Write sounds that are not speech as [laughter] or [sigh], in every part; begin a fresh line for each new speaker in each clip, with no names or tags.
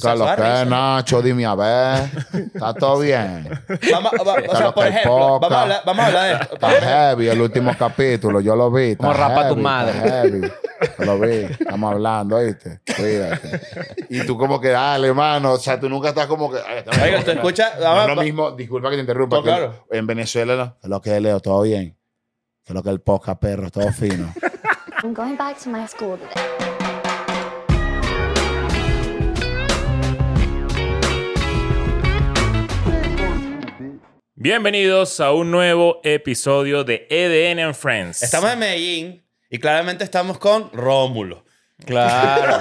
Que lo que es, Nacho, dime a ver. Está todo bien.
Vamos, va- o
Claro
sea, por
que hay
ejemplo,
poca.
vamos a hablar, vamos a hablar de esto.
Está heavy el último capítulo, yo lo vi. está
Como rapa tu
heavy,
madre.
está heavy. Yo lo vi, estamos hablando, ¿oíste? Cuídate. Y tú, como que, dale, hermano, o sea, tú nunca estás como que.
Oiga, tú escuchas.
No
vamos-
es lo mismo, disculpa que te interrumpa.
No,
que
claro.
En Venezuela, no. Que lo que leo, todo bien. Que lo que el poca, perro, todo fino.
I'm going back to my school today.
Bienvenidos a un nuevo episodio de EDN and Friends.
Estamos en Medellín y claramente estamos con Rómulo.
Claro.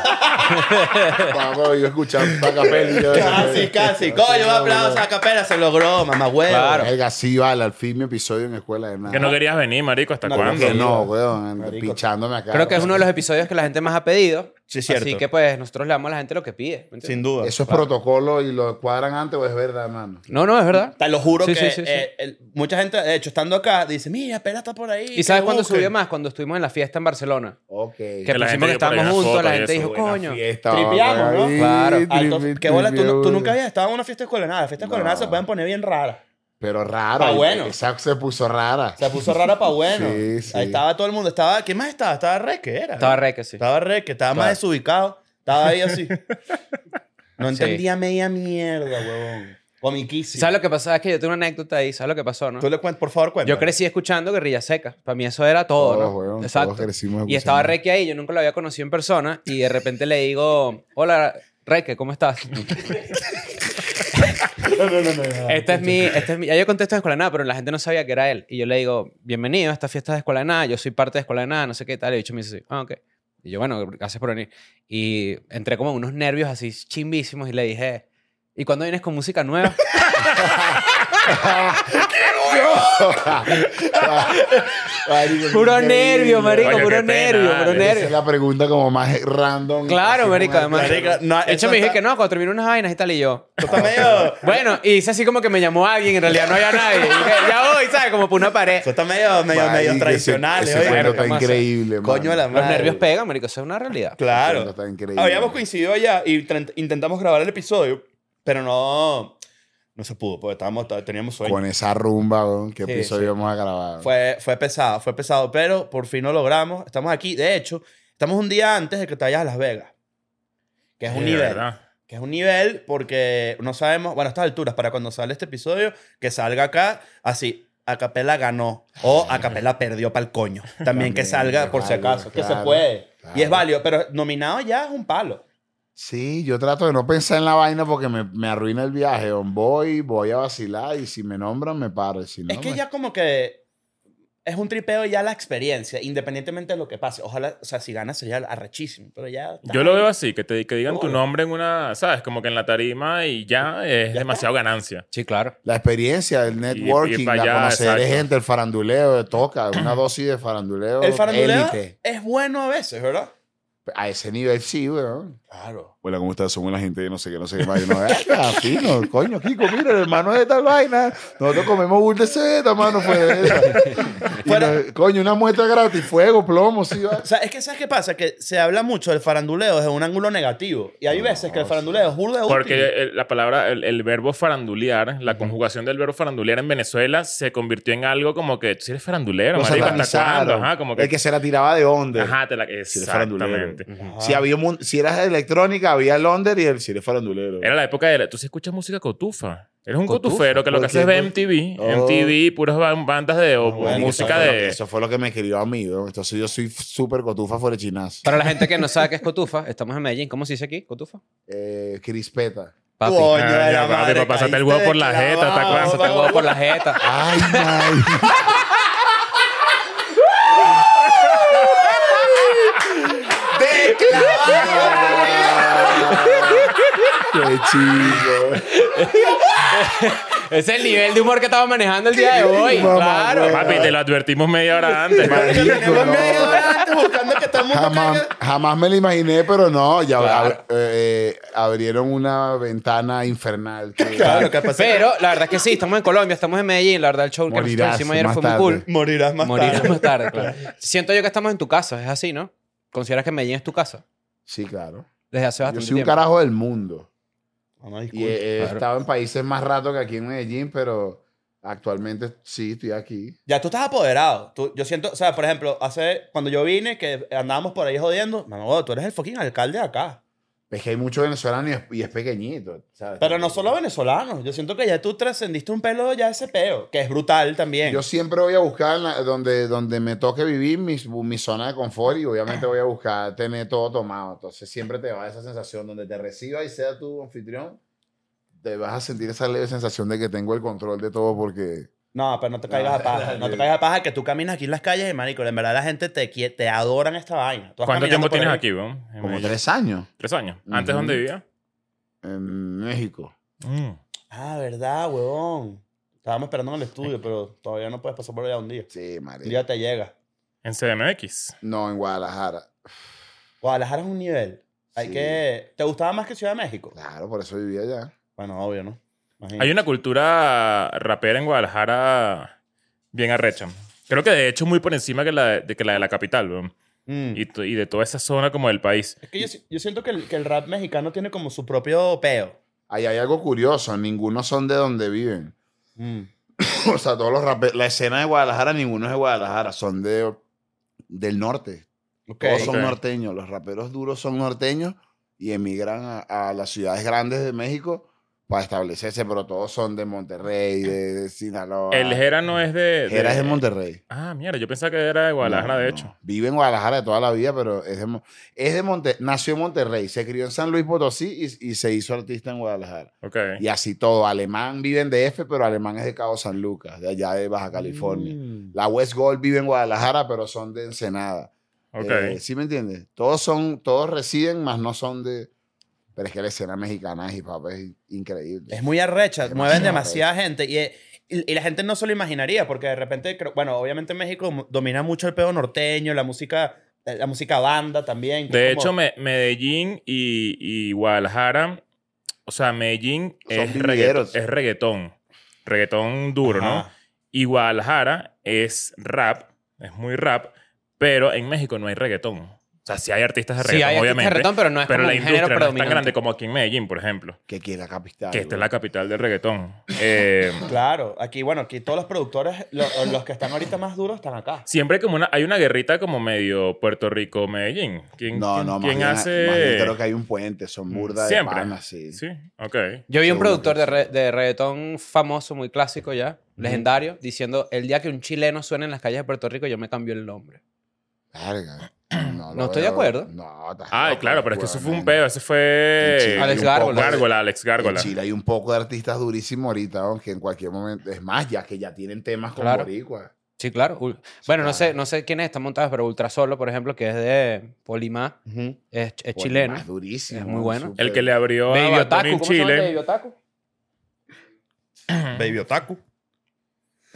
Vamos, yo escuchando a Capelli. yo-
Casi, casi. Coño, un aplauso a Capela. Se logró, mamá huevo. Eh,
Claro.
Verga, sí, vale, al fin mi episodio en escuela de nada.
Que no querías venir, marico, ¿hasta
No,
cuándo?
Que no, weón,
Marico.
pinchándome acá.
Creo que es uno de los episodios que la gente más ha pedido.
Sí, es cierto.
Así que pues nosotros le damos a la gente lo que pide. ¿me entiendes?
Sin duda.
Eso es protocolo y lo cuadran antes o es verdad, hermano.
No, no, es verdad.
Te lo juro
Sí,
que
sí, sí, sí.
eh, el- mucha gente, de hecho, estando acá, dice, mira, Pela está por ahí.
¿Y sabes cuándo subió
subió
más? Cuando estuvimos en la fiesta en Barcelona.
Ok.
Que
Que
pusimos que
la gente dio por ahí
estábamos
las
juntos,
fotos
la
y
gente
eso,
dijo,
buena
coño.
Fiesta,
Tripeamos, ¿no?
ahí,
Claro.
Alto,
tripi-
¿Qué bola? ¿Tú, no- tú
tripi-
nunca habías estado en una fiesta de escuela de nada. Fiesta de escuela de nada se
No.
pueden poner bien raras.
Pero raro.
Ah, bueno.
Esa se puso rara.
Se puso rara para bueno.
[laughs] Sí, sí.
Ahí estaba todo el mundo. Estaba, ¿Quién más estaba? Estaba Re, que era.
Estaba re que sí.
Estaba Re, que estaba más
Claro.
desubicado. Estaba ahí
[laughs]
así. No
Sí.
entendía media mierda, huevón. Comiquísimo.
¿Sabes lo que pasó? Es que yo tengo una anécdota ahí. ¿Sabes lo que pasó, no?
Tú le cuentas, por favor, cuéntame.
Yo crecí escuchando Guerrilla Seca. Para mí eso era todo,
Todos,
¿no?
weón, todos crecimos
y
escuchando.
estaba Reque ahí. Yo nunca lo había conocido en persona. Y de repente le digo, hola, Reque, ¿cómo estás? Este es mi, este es mi- ya yo contesto de Escuela de Nada, pero la gente no sabía que era él. Y yo le digo, bienvenido a esta fiesta de Escuela de Nada, yo soy parte de Escuela de Nada, no sé qué tal. Y el bicho me dice, así, ah, ok. Y yo, bueno, gracias por venir. Y entré como en unos nervios así chimbísimos y le dije, ¿y cuándo vienes con música nueva?
[laughs] Marico,
puro
qué
nervio,
increíble.
marico,
Coño,
puro
qué pena,
nervio, puro
vale.
Esa es
nervio.
la pregunta como más random.
[laughs] Claro,
Así
marico,
como-
además.
Marico, no,
De hecho,
eso
me dije
está-
que no, cuando termino unas vainas y tal, y yo...
Tú estás medio...
Bueno,
[laughs]
y hice así como que me llamó alguien, en realidad no había nadie. Y dije, ya voy, ¿sabes? Como por una pared.
Eso está medio, medio,
Marico,
medio
ese-
tradicional.
Ese
oye.
cuento
Verga,
está
masa.
increíble, mano.
Coño de la
Los
madre.
nervios pegan, marico, eso es una realidad.
Claro.
Está increíble.
Habíamos coincidido ya y tren- intentamos grabar el episodio, pero no, no se pudo porque estábamos, t- teníamos sueño.
Con esa rumba, weón, que
Sí,
episodio
sí.
vamos a grabar.
Fue, fue pesado, fue pesado, pero por fin lo logramos. Estamos aquí. De hecho, estamos un día antes de que te vayas a Las Vegas. Que es un
Sí, de
nivel.
verdad.
Que es un nivel porque no sabemos, bueno, a estas alturas, para cuando sale este episodio, que salga acá así. Acapela ganó o
[laughs]
Acapela perdió para el coño. También que
También, es
salga, por si
válido,
acaso, que se
claro,
puede. Y es
claro.
válido, pero nominado ya es un palo.
Sí, yo trato de no pensar en la vaina porque me, me arruina el viaje. weón. Voy, voy a vacilar y si me nombran, me paro. y Si no,
Es que
me-
ya como que es un tripeo ya la experiencia, independientemente de lo que pase. Ojalá, o sea, si ganas sería arrechísimo, pero ya...
Yo lo veo así, que te que digan tu
Coño.
nombre en una, ¿sabes? Como que en la tarima y ya es demasiado ganancia.
Sí, claro.
La experiencia, el networking,
pa'
la
allá,
conocer
exacto.
gente, el faranduleo, de toca,
[clears throat]
una dosis de faranduleo.
El faranduleo
élite.
es bueno a veces, ¿verdad?
A ese nivel sí, weón.
Claro.
Hola, ¿cómo estás? Somos la gente de no sé qué, no sé qué más. Y [laughs] uno, "Ah, fino, coño, Kiko, mira, el hermano de tal vaina. Nosotros comemos burda de seta, mano, fue
[laughs]
de esa. Y
Fuera-
nos- coño, una muestra gratis, fuego, plomo, sí, va.
O sea, es que ¿sabes qué pasa? Que se habla mucho del faranduleo desde un ángulo negativo. Y hay veces que el faranduleo es burda de útil.
Porque el- la palabra, el, el verbo farandulear, la conjugación del verbo farandulear en Venezuela se convirtió en algo como que tú sí eres farandulero,
Nos
marico, ¿hasta cuándo?
satanizaron.
Ajá, como que.
El que se la tiraba de onda.
Ajá, te la.
Si eres farandulero.
Exactamente.
Ajá. Si, había, mun- si eras electrónica, había el under y el si eres farandulero.
Era la época de. la- Tú sí escuchas música cotufa. Eres un
Cotufa,
cotufero que lo que
¿por
haces
qué?
es ver MTV.
Oh. Ah,
MTV, puras ban- bandas de. o- o
Bueno, eso
música
fue lo
de.
que- eso fue lo que me escribió a mí, ¿no? Entonces yo soy súper cotufa fuera chinazo.
Para la gente que no sabe qué es cotufa, estamos en Medellín. ¿Cómo se dice aquí? ¿Cotufa?
Eh, crispeta.
Papi.
Coño
Ah,
de la
ya, papi,
madre,
para pasarte el
caíste
huevo
de
por la jeta, ¿te
clavado,
acuerdas?
Pásate el
[laughs]
huevo por la jeta.
Ay, [laughs] ay.
[laughs]
Qué chido.
Ese es el nivel de humor que estaba manejando el día de hoy.
Mamá,
Claro.
güey.
Papi, te lo advertimos
[laughs]
media hora antes.
Marico,
Tenemos
no.
media hora antes buscando que todo el mundo
Jamás,
caiga.
jamás me lo imaginé, pero no, ya
Claro.
ab- eh, abrieron una
[laughs]
ventana infernal. que-
Claro, capaz
Pero la verdad que sí, estamos en Colombia, estamos en Medellín. La verdad, el show que nosotros
Morirás
hicimos ayer
más
fue muy cool.
morirás más
Morir
tarde.
más tarde, claro. Siento yo que estamos en tu casa, es así, ¿no? ¿Consideras que Medellín es tu casa?
Sí, claro.
Desde hace
Yo
bastante
soy un
tiempo.
carajo del mundo.
Mamá,
Y
disculpa.
he, he
Claro.
estado en países más rato que aquí en Medellín, pero actualmente sí estoy aquí.
Ya tú estás apoderado. Tú- yo siento, o sea, por ejemplo, hace, cuando yo vine, que andábamos por ahí jodiendo, mamá, tú eres el fucking alcalde de acá.
Es que hay muchos venezolanos y es, y es pequeñito. ¿sabes?
Pero no solo venezolanos. Yo siento que ya tú trascendiste un pelo ya ese peo, que es brutal también.
[laughs] Yo siempre voy a buscar en la- donde, donde me toque vivir mi, mi zona de confort y obviamente voy a buscar tener todo tomado. Entonces siempre te va esa sensación donde te reciba y sea tu anfitrión, te vas a sentir esa leve sensación de que tengo el control de todo porque...
No, pero no te caigas a paja. No te caigas a paja que tú caminas aquí en las calles y, marico, en verdad la gente te, quie- te adoran esta vaina. Tú vas
¿Cuánto
caminando
tiempo
por
tienes
ahí-
aquí, weón? En
Como
Medellín.
tres años
Tres años. ¿Antes
Ujú. Mm.
dónde vivía?
en México.
Ah, verdad, huevón. Estábamos esperando en el estudio, pero todavía no puedes pasar por allá un día.
Sí,
Un
María.
día te llega.
En CDMX.
No, en Guadalajara.
Guadalajara es un nivel. Hay
Sí.
que... ¿Te gustaba más que Ciudad de México?
Claro, por eso vivía allá.
Bueno, obvio, ¿no? Imagino.
Hay una cultura rapera en Guadalajara bien arrecha. Creo que de hecho muy por encima que la de, de que la, de la capital, weón.
Mm.
Y, to- y de toda esa zona como del país.
Es que yo, si- yo siento que el, que el rap mexicano tiene como su propio peo.
Ahí hay algo curioso, ninguno son de donde viven. [laughs]
Mm.
O sea, todos los raperos, la escena de Guadalajara, ninguno es de Guadalajara, son de, del norte.
Ok.
Todos son
Ok.
norteños, los raperos duros son norteños y emigran a, a las ciudades grandes de México para establecerse, pero todos son de Monterrey, de, de Sinaloa.
El Jera no es de...
Jera es de Monterrey.
Ah, mira, yo pensaba que era de Guadalajara,
No,
de
no.
hecho.
Vive en Guadalajara de toda la vida, pero es de, Mon- es de Monte- nació en Monterrey, se crió en San Luis Potosí y- y se hizo artista en Guadalajara.
Ok.
Y así todo. Alemán vive en DF, pero alemán es de Cabo San Lucas, de allá de Baja California.
Mm.
La West Gold vive en Guadalajara, pero son de Ensenada.
Ok.
Eh, ¿Sí me entiendes? Todos son, todos residen, más no son de. Pero es que la escena mexicana es hip hop, es increíble.
Es muy arrecha, mueven demasiada
Demasiado
gente. Y, eh, y- y la gente no se lo imaginaría, porque de repente, creo- bueno, obviamente México mu- domina mucho el pedo norteño, la música, eh, la música banda también. que
De
es como-
hecho, me- Medellín y, y Guadalajara, o sea, Medellín
Son
es, reggaetón,
vivideros.
es reggaetón. Reggaetón duro, ¿no?
Ajá.
Y Guadalajara es rap, es muy rap, pero en México no hay reggaetón. O sea, sí hay artistas de
Sí, hay artistas
reggaetón,
de
obviamente.
reggaetón, pero no es
pero
como
la
un género
industria no es tan
predominante.
grande como aquí en Medellín, por ejemplo,
Que aquí es la capital.
que esta es
güey.
la capital del reggaetón. Eh,
Claro, aquí, bueno, aquí todos los productores, lo- o los que están ahorita más duros están acá.
siempre como una, hay una guerrita como medio Puerto Rico-Medellín. ¿Quién,
No,
quién-
no, más
quién
bien-
hace...? Mm,
más bien creo que hay un puente, son burda de
Siempre.
panas, sí.
Sí, ok.
Yo vi un
Seguro
productor
que
de,
sí.
re- de reggaetón famoso, muy clásico ya, legendario, diciendo, el día que un chileno suene en las calles de Puerto Rico, yo me cambio el nombre. [clears throat]
Verga. No, lo
No estoy de
veo.
acuerdo.
No, estás
Ah,
loco,
claro, pero es que eso fue un
weón.
pedo. Ese
En
fue.
Chile
Alex
hay un poco
Gárgola.
de-
Gárgola, Alex Gárgola.
En Chile hay un poco de artistas durísimos ahorita, aunque en cualquier momento. Es más, ya que ya tienen temas con
Claro.
Boricua.
Sí, claro. Ul- bueno, no sé,
claro.
no sé quiénes están montados, pero Ultra Solo, por ejemplo, que es de Polimá,
Ujú.
es, es
Boricua
chileno.
Es pues, durísimo.
Es muy bueno.
súper-
El que le abrió a
Baby
Bad Bunny
Otaku,
en
¿cómo se llama el
Chile.
Baby Otaku?
Baby Otaku.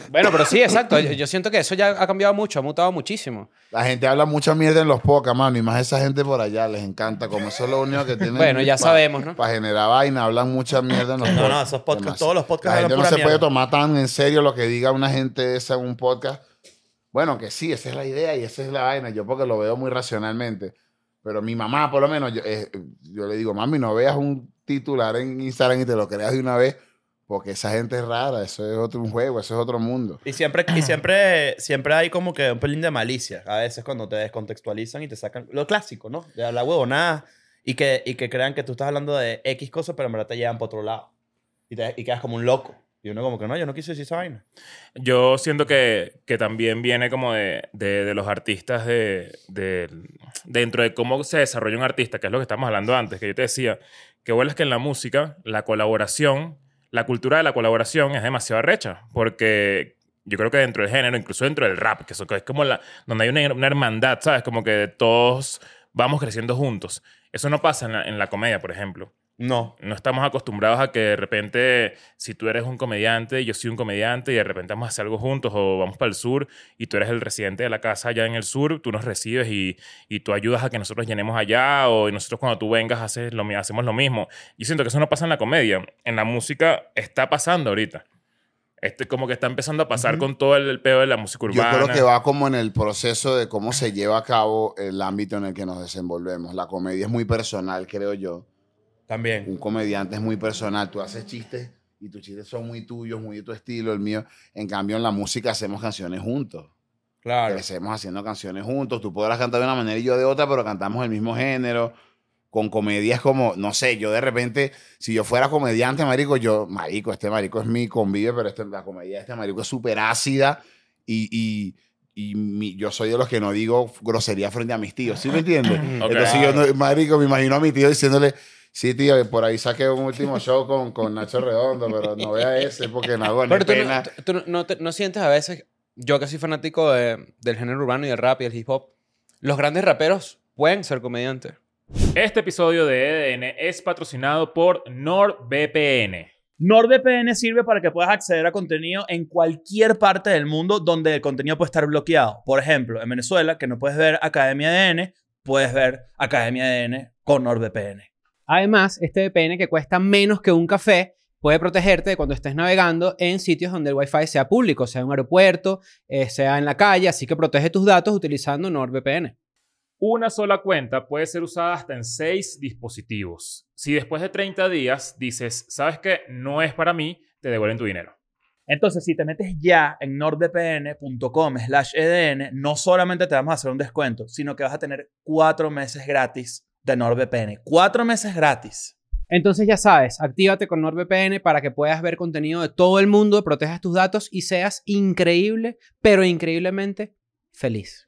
Bueno, pero sí, exacto. Yo, yo siento que eso ya ha cambiado mucho, ha mutado muchísimo.
La gente habla mucha mierda en los pocas, mano. Y más esa gente por allá les encanta. Como eso es lo único que tienen.
[laughs] Bueno, ya sabemos, ¿no?
Para generar vaina, hablan mucha mierda en los
No, no,
podcasts.
esos podcasts,
Demasiado.
todos los podcasts
La
hablan
gente no
pura
se puede
mierda.
tomar tan en serio lo que diga una gente esa en un podcast. Bueno, que sí, esa es la idea y esa es la vaina. Yo porque lo veo muy racionalmente. Pero mi mamá, por lo menos, yo, eh, yo le digo, mami, no veas un titular en Instagram y te lo creas de una vez, porque esa gente es rara, eso es otro un juego, eso es otro mundo.
Y siempre, y siempre, siempre hay como que un pelín de malicia. A veces cuando te descontextualizan y te sacan lo clásico, ¿no? De hablar huevonada y que, y que crean que tú estás hablando de X cosas, pero en verdad te llevan por otro lado. Y, te- y quedas como un loco. Y uno como que no, yo no quise decir esa vaina.
Yo siento que, que también viene como de, de- de los artistas de, de- dentro de cómo se desarrolla un artista, que es lo que estábamos hablando antes, que yo te decía, que bueno es que en la música, la colaboración, la cultura de la colaboración es demasiado recha, porque yo creo que dentro del género, incluso dentro del rap, que eso- que es como la, donde hay una, una hermandad, ¿sabes? Como que todos vamos creciendo juntos. Eso no pasa en la- en la comedia, por ejemplo.
No.
No estamos acostumbrados a que de repente, si tú eres un comediante y yo soy un comediante y de repente vamos a hacer algo juntos o vamos para el sur y tú eres el residente de la casa allá en el sur, tú nos recibes y, y tú ayudas a que nosotros llenemos allá o y nosotros cuando tú vengas haces lo, mi- hacemos lo mismo. Yo siento que eso no pasa en la comedia. En la música está pasando ahorita. Este, como que está empezando a pasar con todo el, peor de la música
Yo
urbana.
creo que va como en el proceso de cómo se lleva a cabo el ámbito en el que nos desenvolvemos. La comedia es muy personal, creo yo.
También.
un comediante es muy personal. Tú haces chistes y tus chistes son muy tuyos, muy de tu estilo, el mío. En cambio, en la música hacemos canciones juntos.
Claro.
Crecemos haciendo canciones juntos. Tú podrás cantar de una manera y yo de otra, pero cantamos el mismo género. Con comedias como, no sé, yo de repente, si yo fuera comediante, marico, yo, marico, este marico es mi convive, pero este- la comedia de este marico es súper ácida y, y- y mi- yo soy de los que no digo grosería frente a mis tíos, ¿sí me
[laughs]
entiendes?
Ok.
Entonces yo, no- marico, me imagino a mi tío diciéndole, sí, tío, por ahí saqué un
[laughs]
último show con, con Nacho Redondo, pero no vea ese porque no hago ni
Pero tú,
pena.
no, tú no- no te- no sientes a veces, yo que soy fanático de- del género urbano y del rap y del hip hop, los grandes raperos pueden ser comediantes.
Este episodio de EDN es patrocinado por NordVPN.
NordVPN sirve para que puedas acceder a contenido en cualquier parte del mundo donde el contenido puede estar bloqueado. Por ejemplo, en Venezuela, que no puedes ver Academia DN, puedes ver Academia DN con NordVPN.
Además, este VPN que cuesta menos que un café puede protegerte de cuando estés navegando en sitios donde el Wi-Fi sea público, sea en un aeropuerto, eh, sea en la calle, así que protege tus datos utilizando NordVPN.
Una sola cuenta puede ser usada hasta en seis dispositivos. Si después de 30 días dices, ¿sabes qué? No es para mí, te devuelven tu dinero.
Entonces, si te metes ya en nordvpn.com slash EDN, no solamente te vamos a hacer un descuento, sino que vas a tener cuatro meses gratis de NordVPN. Cuatro meses gratis.
Entonces ya sabes, actívate con NordVPN para que puedas ver contenido de todo el mundo, protejas tus datos y seas increíble, pero increíblemente feliz.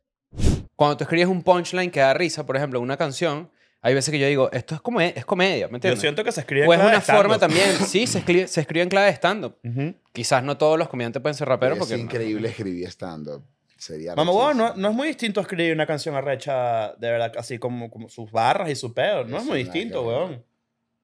Cuando tú escribes un punchline que da risa, por ejemplo, una canción, hay veces que yo digo, esto es, come- es comedia, ¿me
Yo
entiendes?
siento que se escribe en
o es
clave
una
de stand-up.
forma también, sí, se escribe, se escribe en clave de stand-up.
Ujú.
Quizás no todos los comediantes pueden ser raperos porque...
es increíble escribir stand-up. Sería
Mamá,
rechísimo.
huevón, no, no es muy distinto escribir una canción arrecha, de verdad, así como, como sus barras y su pedo. No es
Eso
muy
nada que
distinto,
ver.
weón.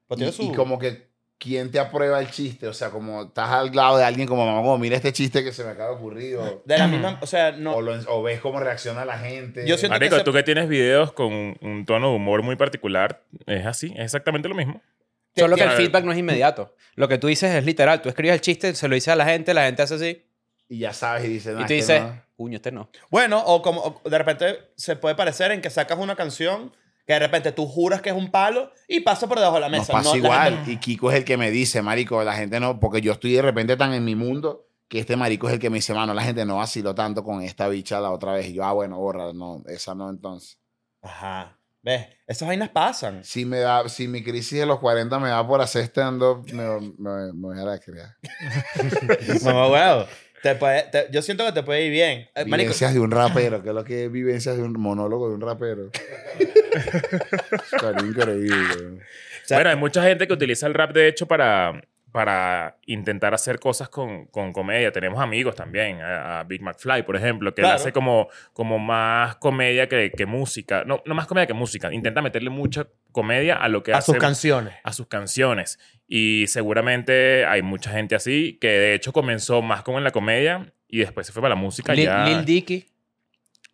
Pero
Y,
tiene su-
y como que, ¿quién te aprueba el chiste? O sea, como estás al lado de alguien como, mamá, huevón, mira este chiste que se me acaba de ocurrir. O, [clears throat]
De la misma... O sea,
o
no...
lo en- o ves cómo reacciona la gente.
Yo siento-
[laughs] Marico,
que se-
tú que tienes videos con un- un tono de humor muy particular, es así, es exactamente lo mismo.
Solo que el
Claro.
feedback no es inmediato. Lo que tú dices es literal. Tú escribes el chiste, se lo dices a la gente, la gente hace así.
Y ya sabes y dices,
Y
"Nah,
tú
este
dices,
no".
cuño, este no.
Bueno, o como o de repente se puede parecer en que sacas una canción que de repente tú juras que es un palo y pasa por debajo de la
Nos
mesa.
pasa
No, la
igual.
gente-
Y Kiko es el que me dice, marico, la gente no, porque yo estoy de repente tan en mi mundo que este marico es el que me dice, mano, la gente no vaciló tanto con esta bicha la otra vez. Y yo, ah, bueno, borra, no, esa no entonces.
Ajá. ¿Ves? Esas vainas pasan.
Si me da, si mi crisis de los 40 me da por hacer stand-up, me, me- me voy a la cría.
Mamá, huevo. Te puede- te- yo siento que te puede ir bien. Eh, marico,
Vivencias de un rapero, que es lo que es vivencias de un monólogo de un rapero. Estaría increíble.
O sea-
bueno, hay mucha gente que utiliza el rap, de hecho, para, para intentar hacer cosas con, con comedia. Tenemos amigos también, a, a Big McFly, por ejemplo, que él
Claro.
hace como, como más comedia que, que música. No, no más comedia que música. Intenta meterle mucha comedia a lo que
a
hace
sus canciones.
a sus canciones. Y seguramente hay mucha gente así que de hecho comenzó más como en la comedia y después se fue para la música.
Lil,
ya.
Lil Dicky.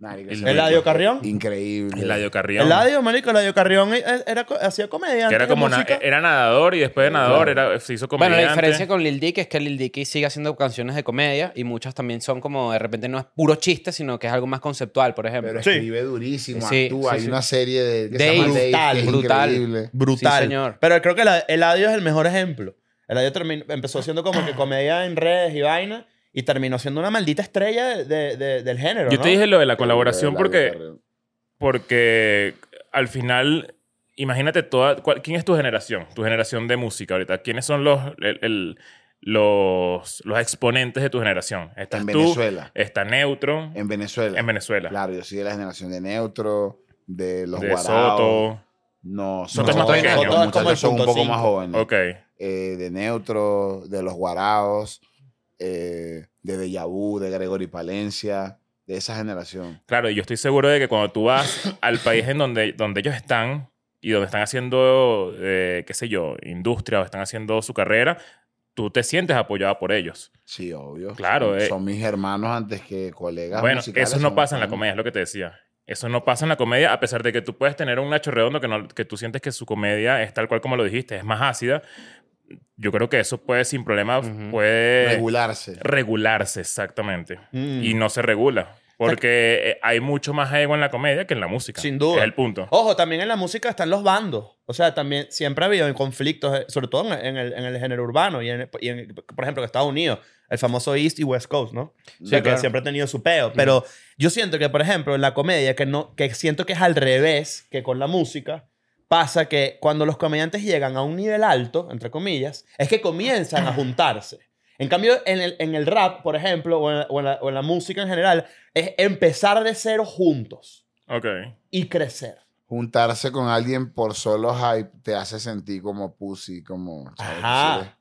Marico,
El-
sí.
Eladio Carrión.
Increíble.
Eladio Carrión.
Eladio, marico, Eladio Carrión eh, era, co- hacía comedia. antes
Que era
de
como eh, na-
música.
era nadador y después de nadador era, se hizo comediante.
Bueno, la diferencia con Lil Dicky es que Lil Dicky sigue haciendo canciones de comedia y muchas también son como, de repente no es puro chiste, sino que es algo más conceptual, por ejemplo.
Pero
Sí.
escribe durísimo,
Sí,
actúa.
sí,
Hay
sí.
una serie de. que Dave,
Dave,
brutal,
que es
brutal.
increíble.
Brutal.
Sí, señor.
Pero creo que la- Eladio es el mejor ejemplo. Eladio terminó- empezó haciendo como que comedia en redes y vaina y terminó siendo una maldita estrella de- de- de- del género.
Yo
¿no?
te dije lo de la colaboración
Eladio
porque,
Carrión.
porque al final, imagínate toda. cuál- ¿Quién es tu generación? Tu generación de música ahorita. ¿Quiénes son los, el- el- los, los exponentes de tu generación? Estás
En
tú,
Venezuela.
está Neutro en,
En Venezuela.
Venezuela.
Claro, yo soy de la generación de Neutro, de los
de
Guarao.
Soto.
No,
Soto es más
no,
pequeño.
es
Los
Soto
como el
muchachos son un
punto
poco más
cinco.
jóvenes.
Ok.
eh, de Neutro, de los Guaraos, eh, de Deyabú, de Gregory Palencia, de esa generación.
Claro, y yo estoy seguro de que cuando tú vas al país en donde, donde ellos están y donde están haciendo, eh, qué sé yo, industria o están haciendo su carrera, tú te sientes apoyado por ellos.
Sí, obvio.
Claro,
Son,
eh.
son mis hermanos antes que colegas.
bueno,
musicales,
eso no
son
pasa en la
hermanos.
comedia, es lo que te decía. Eso no pasa en la comedia, a pesar de que tú puedes tener un Nacho Redondo que, no- que tú sientes que su comedia es tal cual como lo dijiste, es más ácida. Yo creo que eso puede, sin problema,
Ujú.
puede
Regularse.
regularse, exactamente.
Mm.
Y no se regula. Porque eh, hay mucho más ego en la comedia que en la música.
Sin duda.
Es el punto.
Ojo, también en la música están los bandos. O sea, también siempre ha habido conflictos, eh, sobre todo en en el, en el género urbano y, en, y en- por ejemplo, en Estados Unidos, el famoso East y West Coast, ¿no? O sea, que siempre ha tenido su peo. Pero yo siento que, por ejemplo, en la comedia, que, no, que siento que es al revés que con la música, pasa que cuando los comediantes llegan a un nivel alto, entre comillas, es que comienzan a juntarse. En cambio, en el, en el rap, por ejemplo, o en- o en la- o en la música en general, es empezar de cero juntos
Ok.
y crecer.
Juntarse con alguien por solo hype te hace sentir como pussy, como. ¿sabes?
Ajá.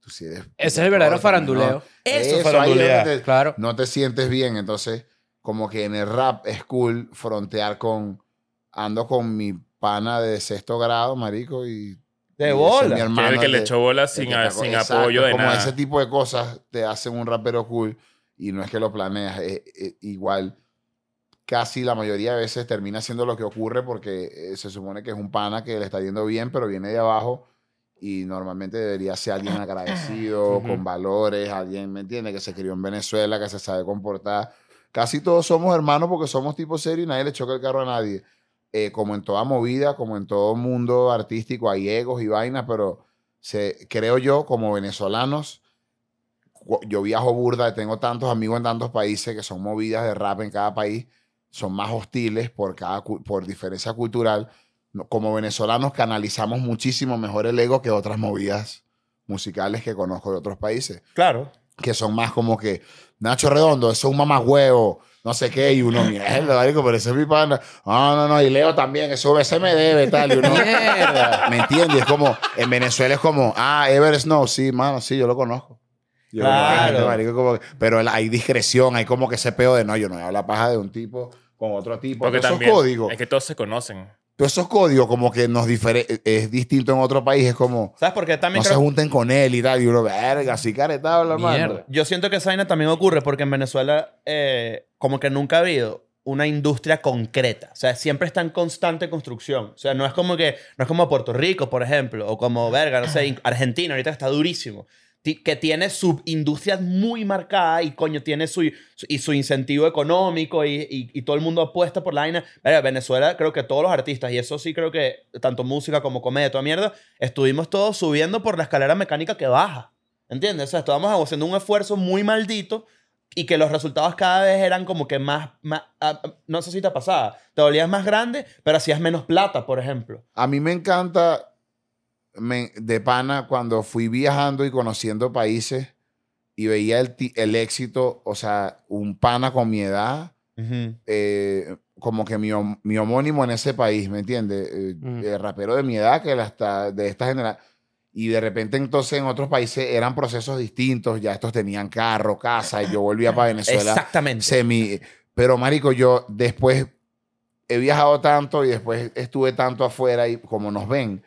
Tú sí eres- tú sí eres- tú
Ese es
eres
el
torta,
verdadero
¿no?
faranduleo.
Eso es
ahí donde
farandulear.
te-
Claro.
no te sientes bien. Entonces, como que en el rap es cool frontear con. Ando con mi pana de sexto grado, marico, y. y
De
ese es mi
bola.
Que es
hermano
el que le
de-
echó bola
el
sin,
que
a-
está co-
sin
exacto,
apoyo de
como
nada.
ese tipo de cosas te hacen un rapero cool y no es que lo planeas. es- es igual, casi la mayoría de veces termina siendo lo que ocurre porque eh, se supone que es un pana que le está yendo bien, pero viene de abajo y normalmente debería ser alguien agradecido, con valores, alguien, ¿me entiendes? Que se crió en Venezuela, que se sabe comportar. Casi todos somos hermanos porque somos tipo serio y nadie le choca el carro a nadie. Eh, como en toda movida, como en todo mundo artístico, hay egos y vainas, pero se, creo yo, como venezolanos, cu- yo viajo burda, tengo tantos amigos en tantos países que son movidas de rap en cada país, son más hostiles por, cada, cu- por diferencia cultural. No- Como venezolanos canalizamos muchísimo mejor el ego que otras movidas musicales que conozco de otros países,
Claro.
que son más como que Nacho Redondo, eso es un mamagüevo, no sé qué, y uno, mierda, marico, pero ese es mi pana. Ah, No, no, no, y Leo también, eso ese me debe, tal, y uno,
[laughs] Mierda.
¿Me entiendes? Es como, en Venezuela es como, ah, Everest no, sí, mano, sí, yo lo conozco. Yo lo conozco,
Claro.
gente, marico, como que- pero el- hay discreción, hay como que ese peo de no, yo no voy a hablar paja de un tipo con otro tipo.
Porque
Todos esos
también
Oh.
códigos,
es que todos se conocen.
todos esos códigos como que nos difere, es distinto en otro país, es como,
¿Sabes por qué
no
también
se
creo-
junten con él y tal, y uno, verga, así caretabla, hermano.
Mierda.
Yo siento que esa vaina también ocurre porque en Venezuela eh, como que nunca ha habido una industria concreta. O sea, siempre está en constante construcción. O sea, no es como que... No es como Puerto Rico, por ejemplo, o como, verga, no sé, in- Argentina ahorita está durísimo. Ti- Que tiene subindustrias muy marcadas y, coño, tiene su, su- y su incentivo económico y, y- y todo el mundo apuesta por la vaina. Verga, Venezuela, creo que todos los artistas, y eso sí creo que tanto música como comedia, toda mierda, estuvimos todos subiendo por la escalera mecánica que baja. ¿Entiendes? O sea, estábamos haciendo un esfuerzo muy maldito y que los resultados cada vez eran como que más, más- ah, ah, no sé si te pasaba, te volvías más grande, pero hacías menos plata, por ejemplo.
A mí me encanta me- de pana cuando fui viajando y conociendo países y veía el, ti- el éxito, o sea, un pana con mi edad, eh, como que mi, hom- mi homónimo en ese país, ¿me entiendes? Eh,
Ujú.
eh, rapero de mi edad, que hasta de esta generación. Y de repente entonces en otros países eran procesos distintos, ya estos tenían carro, casa, y yo volvía para Venezuela
Exactamente.
semi. Pero, marico, yo después he viajado tanto y después estuve tanto afuera y como nos ven,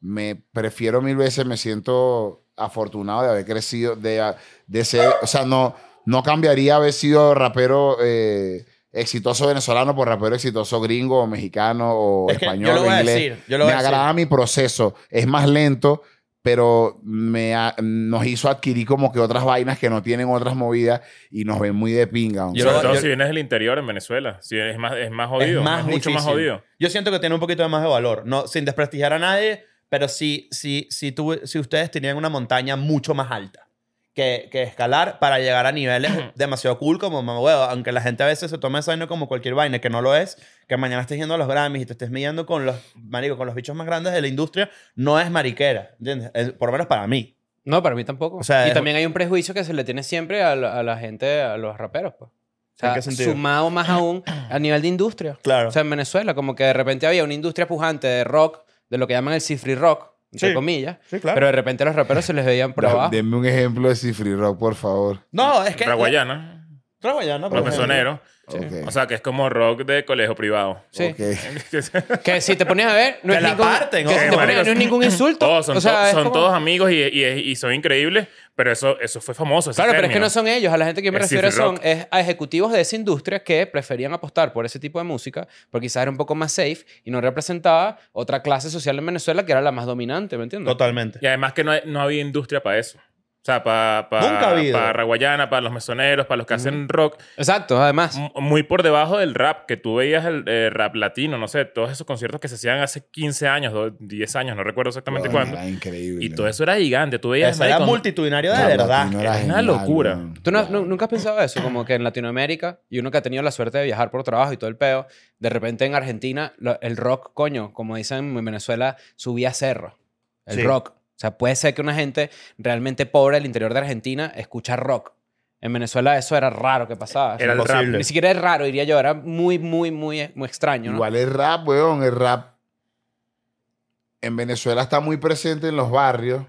me prefiero mil veces, me siento afortunado de haber crecido, de, de ser, o sea, no, no cambiaría haber sido rapero eh, exitoso venezolano por rapero exitoso gringo o mexicano o
Es que
español
yo lo
o
voy a
inglés
decir, yo lo
me
voy a decir.
agrada mi proceso. Es más lento, pero me ha- nos hizo adquirir como que otras vainas que no tienen otras movidas y nos ven muy de pinga. ¿no?
Yo
Sobre
lo-
todo
yo-
si vienes del interior en Venezuela. Si es más, es más
Es
jodido. Es,
más
mucho más
difícil.
jodido.
Yo siento que tiene un poquito más de valor, no, sin desprestigiar a nadie, pero si, si, si, tú, si ustedes tenían una montaña mucho más alta que, que escalar para llegar a
[clears throat]
niveles demasiado cool como mamá huevo, aunque la gente a veces se toma esa vaina como cualquier vaina, que no lo es, que mañana estés yendo a los Grammys y te estés midiendo con los, marico, con los bichos más grandes de la industria, no es mariquera, ¿entiendes? Eh, por lo menos para mí.
No, para mí tampoco.
O sea,
y
es-
también hay un prejuicio que se le tiene siempre a la, a la gente, a los raperos, pues. O sea,
¿En qué sentido?
sumado más aún a nivel de industria.
Claro.
O sea, en Venezuela, como que de repente había una industria pujante de rock, de lo que llaman el cifri rock, entre
Sí.
comillas.
Sí, claro.
Pero de repente los raperos se les veían por
Da-
abajo.
Denme un ejemplo de Cifri Rock, por favor.
no,
eh,
es que...
Raguayana,
Raguayana, por ejemplo.
profesonero.
Ok,
O sea, que es como rock de colegio privado.
Sí.
ok.
Que si te ponías a ver, no
Te
es
la
ningún,
parten,
que si
ojo,
te ponías a ver,
marico.
no
[laughs]
es ningún insulto.
Eh, Todos son,
O sea,
to-
es
son
como-
todos amigos y, y- y son increíbles, pero eso, eso fue famoso. ese
Claro, pero es que
término.
no son ellos. A la gente que yo me
Es
refiero
cifre rock.
son es a ejecutivos de esa industria que preferían apostar por ese tipo de música porque quizás era un poco más safe y no representaba otra clase social en Venezuela que era la más dominante, ¿me entiendes?
Totalmente.
Y además que no, hay- no había industria para eso. O sea, para pa,
Nunca ha habido.
pa Raguayana, para los mesoneros, para los que hacen rock,
Exacto, además.
m- muy por debajo del rap, que tú veías el eh, rap latino, no sé, todos esos conciertos que se hacían hace 15 años, do- 10 años, no recuerdo exactamente
Bueno,
cuándo.
era increíble.
Y todo eso era gigante, tú veías...
Esa era
marico,
multitudinario de
Claro,
verdad.
Latino era
es una
genial,
locura.
weón.
¿Tú no- nu- nunca has pensado eso? Como que en Latinoamérica, y uno que ha tenido la suerte de viajar por trabajo y todo el peo, de repente en Argentina, lo- el rock, coño, como dicen en Venezuela, subía a cerro. El
Sí.
rock. O sea, puede ser que una gente realmente pobre del interior de Argentina escucha rock. En Venezuela eso era raro que pasaba.
Era el rap.
Imposible.
Ni siquiera es raro, diría yo. Era muy, muy, muy, eh, muy extraño. ¿no?
Igual el rap, weón, el rap en Venezuela está muy presente en los barrios,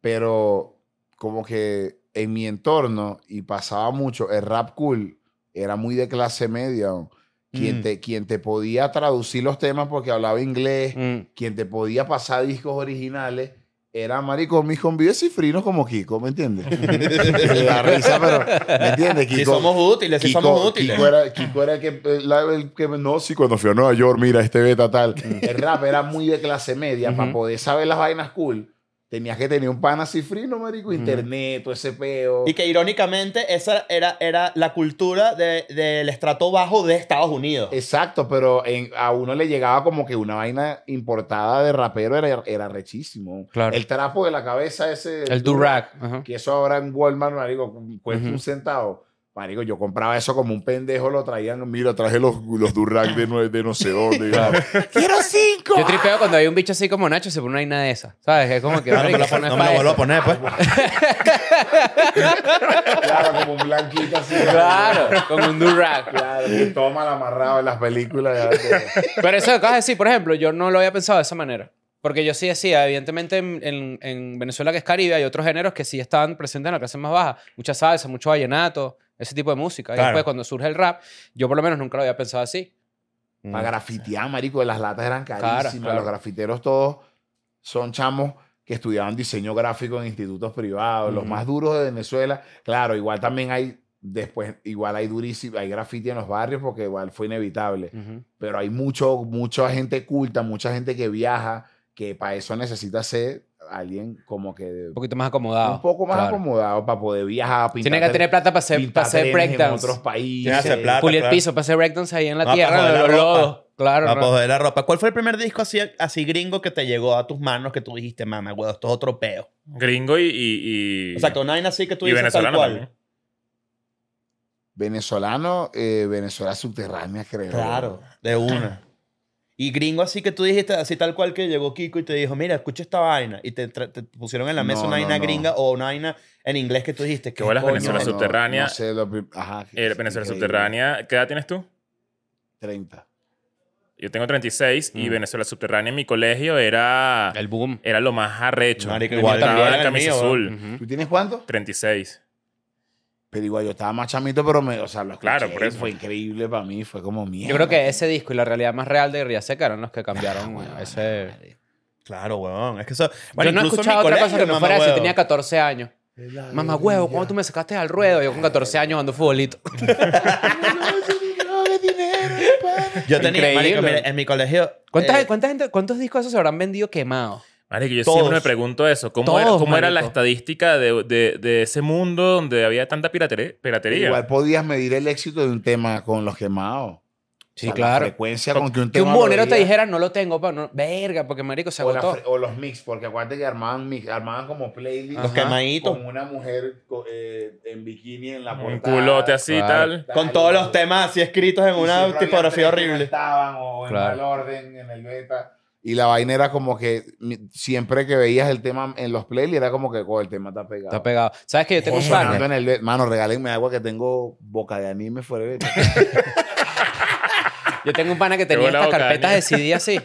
pero como que en mi entorno, y pasaba mucho, el rap cool era muy de clase media. weón. Quien,
Mm.
te, quien te podía traducir los temas porque hablaba inglés,
Mm.
quien te podía pasar discos originales, era marico, mis convives cifrinos como Kiko, ¿me entiendes? [laughs] La risa, pero, ¿me entiendes?
Si somos útiles, si
Kiko,
somos útiles.
Kiko era, Kiko era el, que, el- la- el que- No, sí, cuando fui a Nueva York, mira, este beta tal. El rap era muy de clase media.
Ujú.
Para poder saber las vainas cool, tenías que tener un pana cifrino, marico, internet, todo ese peo.
Y que irónicamente esa era, era la cultura de- del estrato bajo de Estados Unidos.
Exacto, pero en- a uno le llegaba como que una vaina importada de rapero era, era rechísimo.
Claro.
El trapo de la cabeza ese.
El durag. ajá.
Que eso ahora en Walmart, marico, cu- cuesta
Ujú.
un centavo. Marico, yo compraba eso como un pendejo, lo traían. Mira, traje los, los Durag de, nue- de no sé dónde. ¡Quiero cinco!
Yo tripeo cuando hay un bicho así como Nacho se pone una vaina de esa. ¿Sabes? Que es como que... marico, eso no es pa' eso.
poner, pues.
Claro, como un blanquito así.
Claro, con un durag.
Claro, que toma la amarrado en las películas. ya
[laughs]
te-
Pero eso que acabas de decir, por ejemplo, yo no lo había pensado de esa manera. Porque yo sí decía, evidentemente en, en- en Venezuela, que es Caribe, hay otros géneros que sí están presentes en la clase más baja. Mucha salsa, mucho vallenato, ese tipo de música. Y
Claro.
después, cuando surge el rap, yo por lo menos nunca lo había pensado así. Mm.
Para grafitear, marico, las latas eran carísimas.
claro.
Los grafiteros todos son chamos que estudiaban diseño gráfico en institutos privados, los
Ujú.
más duros de Venezuela. Claro, igual también hay, después, igual hay durísimo, hay grafiti en los barrios porque igual fue inevitable.
Ujú.
pero hay mucho, mucha gente culta, mucha gente que viaja, que para eso necesita ser alguien como que de-
Un poquito más acomodado.
un poco más
Claro.
acomodado para poder viajar, pintar.
Tiene que tener plata para hacer,
pintar
para hacer
trenes en
breakdowns.
otros
Tiene que
países.
hacer plata.
Pulir
Ah, claro.
piso, para hacer breakdowns ahí en la
No, para
tierra,
joder
los
la ropa.
lodos. Claro.
Para
no.
poder la ropa. ¿Cuál fue el primer disco así, así gringo que te llegó a tus manos que tú dijiste, mamá, huevo, esto es otro peo?
Gringo y... y, y-
O sea, que una vaina así que tú
y
dices tal
venezolano
cual.
también. ¿eh?
Venezolano, eh, Venezuela subterránea, creo.
Claro, de una. Y gringo así que tú dijiste, así tal cual que llegó Kiko y te dijo, mira, escucha esta vaina. Y te, tra- te pusieron en la mesa
No,
una
no,
vaina
no.
gringa o una vaina en inglés que tú dijiste. ¿Qué
bolas
coño?
Venezuela subterránea.
No sé, lo prim- ajá, que
Eh,
es
Venezuela
increíble.
subterránea. ¿Qué edad tienes tú?
30.
Yo tengo 36 y
Mm.
Venezuela subterránea en mi colegio era,
El boom.
era lo más arrecho.
Marico, yo
Igual estaba
también
la
era el
camisa
mío,
azul.
Ujú.
¿Tú tienes cuánto?
36.
Pero igual yo estaba más chamito, pero me, o sea, lo
Claro,
escuché
por
y
eso.
Fue increíble para mí, fue como mierda.
Yo creo que ese disco y la realidad más real de Guerrilla Seca eran los que cambiaron
Ah,
ese...
Claro, huevón. Es que eso...
yo no
incluso
he
en mi
escuchado otra
colegio,
cosa que no
mamá,
fuera así.
huevo.
Tenía 14 años.
Bueno.
Mamá, huevo, ¿cómo tú me sacaste al ruedo? Yo con 14 años ando futbolito.
Yo tenía,
Increíble.
marico, mira, en mi colegio...
¿Cuántas-
eh,
cuánta gente- ¿Cuántos discos esos se habrán vendido quemados?
Marico, yo
Todos.
siempre me pregunto eso. ¿Cómo, era,
Todos,
cómo era la
marico.
estadística de, de- de ese mundo donde había tanta piratere- piratería?
Igual podías medir el éxito de un tema con los quemados.
Sí,
O sea, La frecuencia con que un
Que
tema.
un
lo
bonero te
veía.
dijera, no lo tengo, pa, no, verga, porque marico se
O, la
agotó.
fre- o los mix, porque acuérdate que armaban, mix, armaban como playlist.
Los quemaditos.
Con una mujer co- eh, en bikini en la
Un
portada.
culote así
Claro.
tal.
Con todos los temas así escritos en
Y siempre
una
había
tipografía
tres que no
horrible.
Estaban o en
Claro.
mal orden, en el beta. Y la vaina era como que mi- siempre que veías el tema en los playlists era como que "Oh, el tema está pegado.
Está pegado. ¿Sabes que yo tengo
O
un
sonando
pana?
en el beta. Mano, regálenme agua que tengo boca de anime fuera [laughs] de beta.
Yo tengo un pana que
Llegó
tenía
la
estas
boca,
carpetas de
Daniel.
CD así.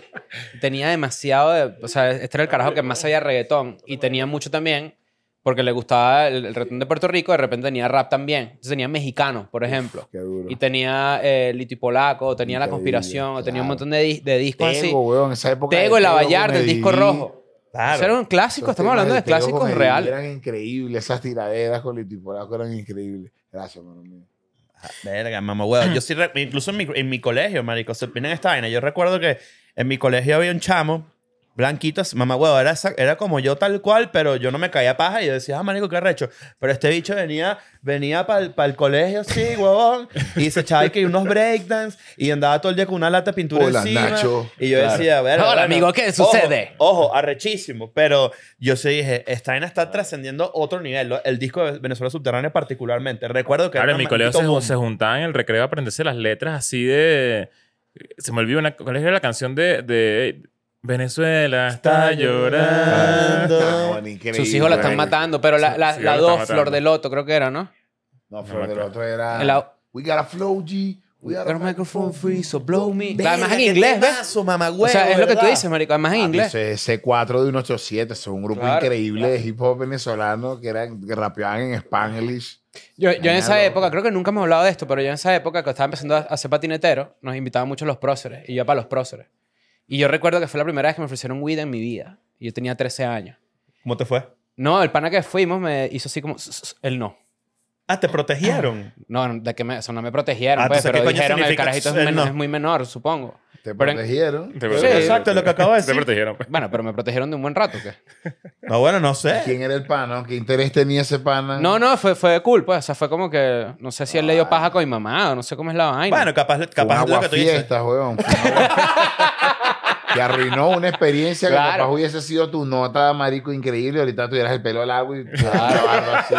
Tenía demasiado de- O sea, este era el carajo que más sabía reggaetón. Y tenía mucho también, porque le gustaba el, el reggaetón de Puerto Rico, de repente tenía rap también. Entonces tenía mexicano, por ejemplo.
Qué duro.
Y tenía eh, Lito y Polaco, o tenía La
Increíble,
Conspiración, o tenía un
claro.
montón de, dis- de discos así.
Tego, weón, esa época. de
Tego, La
Tego con
Vallarta, el disco
Medellín.
rojo. Eso era un clásico,
Esos
estamos
temas
hablando de
Tego con
clásicos
Medellín
reales.
Eran increíbles, esas tiraderas con el tipolaco eran increíbles. Gracias, mano mío.
Verga, mamá, huevo. Yo sí, re- incluso en mi, en mi colegio, marico, se opinan esta vaina. Yo recuerdo que en mi colegio había un chamo, Blanquitos, mamá huevo, era, esa- era como yo tal cual, pero yo no me caía paja y yo decía, ah, marico, qué recho. Pero este bicho venía, venía para el colegio, sí, huevón, y se echaba que unos breakdance y andaba todo el día con una lata de pintura
Hola,
encima.
Nacho.
Y yo decía, ver,
Hola, amigo, ¿qué sucede?
Ojo, arrechísimo. Pero yo sí dije, esta vaina está trascendiendo otro nivel. lo- El disco de Venezuela Subterránea particularmente. Recuerdo que...
Claro,
era
en mi
un
colegio
maldito boom.
se, se juntaban en el recreo a aprenderse las letras así de... Se me olvidó una... ¿Cuál era la canción de... de Venezuela está llorando.
Sus hijos la están
matando.
matando, pero la,
Sus-
la,
sus
la
hijos la
dos,
están
Flor
matando.
de Loto, creo que era, ¿no?
No, pero
me
del
acuerdo.
otro era.
El au-
We got a flow, G. We got,
Got a microphone free, so blow me.
Verga,
Además en
qué
inglés, ¿ves?
temazo, mamagüevo,
O sea, es lo que tú
¿verdad?
dices, marico.
Ah,
Además en inglés.
Ese C4 de 187 son un grupo
Claro,
increíble de hip hop venezolano que, eran, que rapeaban en Spanglish.
Yo, yo en
Mañana
esa
lo-
época, creo que nunca hemos hablado de esto, pero yo en esa época que estaba empezando a hacer patinetero, nos invitaban mucho los próceres y yo para los próceres. Y yo recuerdo que fue la primera vez que me ofrecieron weed en mi vida. Y yo tenía 13 años.
¿Cómo te fue?
No, el pana que fuimos me hizo así como, "S- s- el no.
Ah, te protegieron.
No, de que me, o sea, no me protegieron,
Ah,
pues,
entonces, ¿qué
pero
coño
dijeron el
significa
carajito es,
el
men-
no?
es muy menor, supongo.
Te
[laughs] Pero en-
protegieron.
Te protegieron.
exacto, lo que
[laughs]
acabo de
Te
decir.
protegieron. pues.
Bueno, pero me protegieron de un buen rato. ¿qué?
No, bueno, no
¿Y
sé.
¿Quién era el pana? ¿Qué interés tenía ese
Ah.
pana?
¿Eh? No, no, fue, fue cool, pues. O sea, fue como que, no sé si él le dio paja con mi mamá o no sé cómo es la vaina.
Bueno, capaz,
Fue
capaz
una
lo que tú dices.
guafiesta, weón. Fue una [laughs] guaf- Que arruinó una experiencia que
Claro.
capaz hubiese sido tu nota, marico, increíble. Ahorita tuvieras el pelo largo y la barba
[laughs]
así.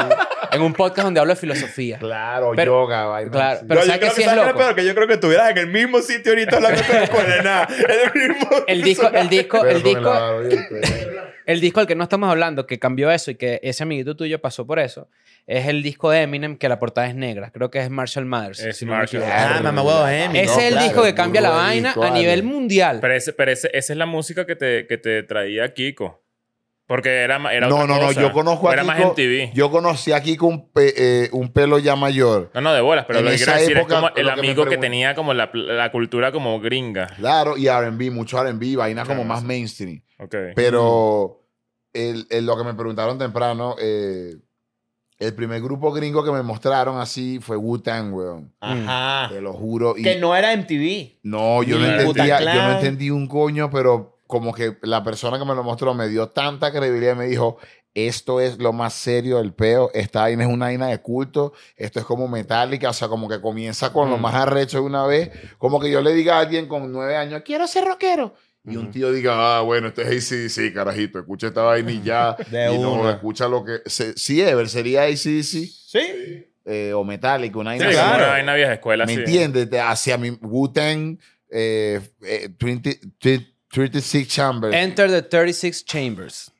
en un podcast donde hablo de
[laughs]
filosofía.
Claro,
Pero-
yoga, vaina
claro,
así.
pero
No, yo
¿sabes
creo
que sí es
¿sabes qué
loco?
lo peor? Que yo creo que estuvieras en el mismo sitio ahorita hablando con el colená. [laughs] El mismo.
El disco, el disco,
Pero
el
con la este.
disco,
barba y el
[laughs]
pelo.
el disco al que no estamos hablando, que cambió eso y que ese amiguito tuyo pasó por eso, es el disco de Eminem que la portada es negra. Creo que es Marshall Mathers.
Es
si no me
Marshall.
equivoco.
Ah, mamá huevo, Emi.
Ese
No,
es el
claro,
disco que
muy
cambia la
buen
vaina
disco,
a
vale.
nivel mundial.
Pero, ese- pero ese- esa es la música que te, que te traía Kiko. Porque era, ma- era
no,
otra
no, no.
cosa.
Yo conozco a
Era
Kiko.
más en TV.
Yo conocí a Kiko un, pe- eh, un pelo ya mayor.
Ah.
No, no, de bolas, pero
En
lo que quiero
esa
decir
época,
es como
lo
el
que me
amigo que,
pregun-
tenía como la, pl- la cultura como gringa.
Claro, y RB, mucho RB, vaina
Claro,
como más
sí.
mainstream.
Ok.
Pero el- el- lo que me preguntaron temprano, eh, el primer grupo gringo que me mostraron así fue Wu-Tang, weón.
Ajá.
Te lo juro. Y
Que no era MTV.
No, yo no
Ni
entendía,
Wu-Tang
yo no
Clan.
entendí un coño, pero como que la persona que me lo mostró me dio tanta credibilidad y me dijo, esto es lo más serio del peo, esta vaina es una vaina de culto, esto es como metálica, o sea, como que comienza con lo
Mm.
más arrecho de una vez, como que yo le diga a alguien con nueve años, quiero ser rockero. Y un tío diga, ah, bueno, este es ACDC, carajito, escucha esta vaina y ya.
[laughs] De
y no,
una.
escucha lo que. se- sí, Ever, sería ACDC
Sí.
eh, o Metallica, una
Sí,
vaina
como
así.
una vaina vieja escuela.
¿Me
sí.
entiendes? De- Hacia mi Wu-Tang eh, eh, 20 tri- 36 Chambers.
Enter the 36 Chambers.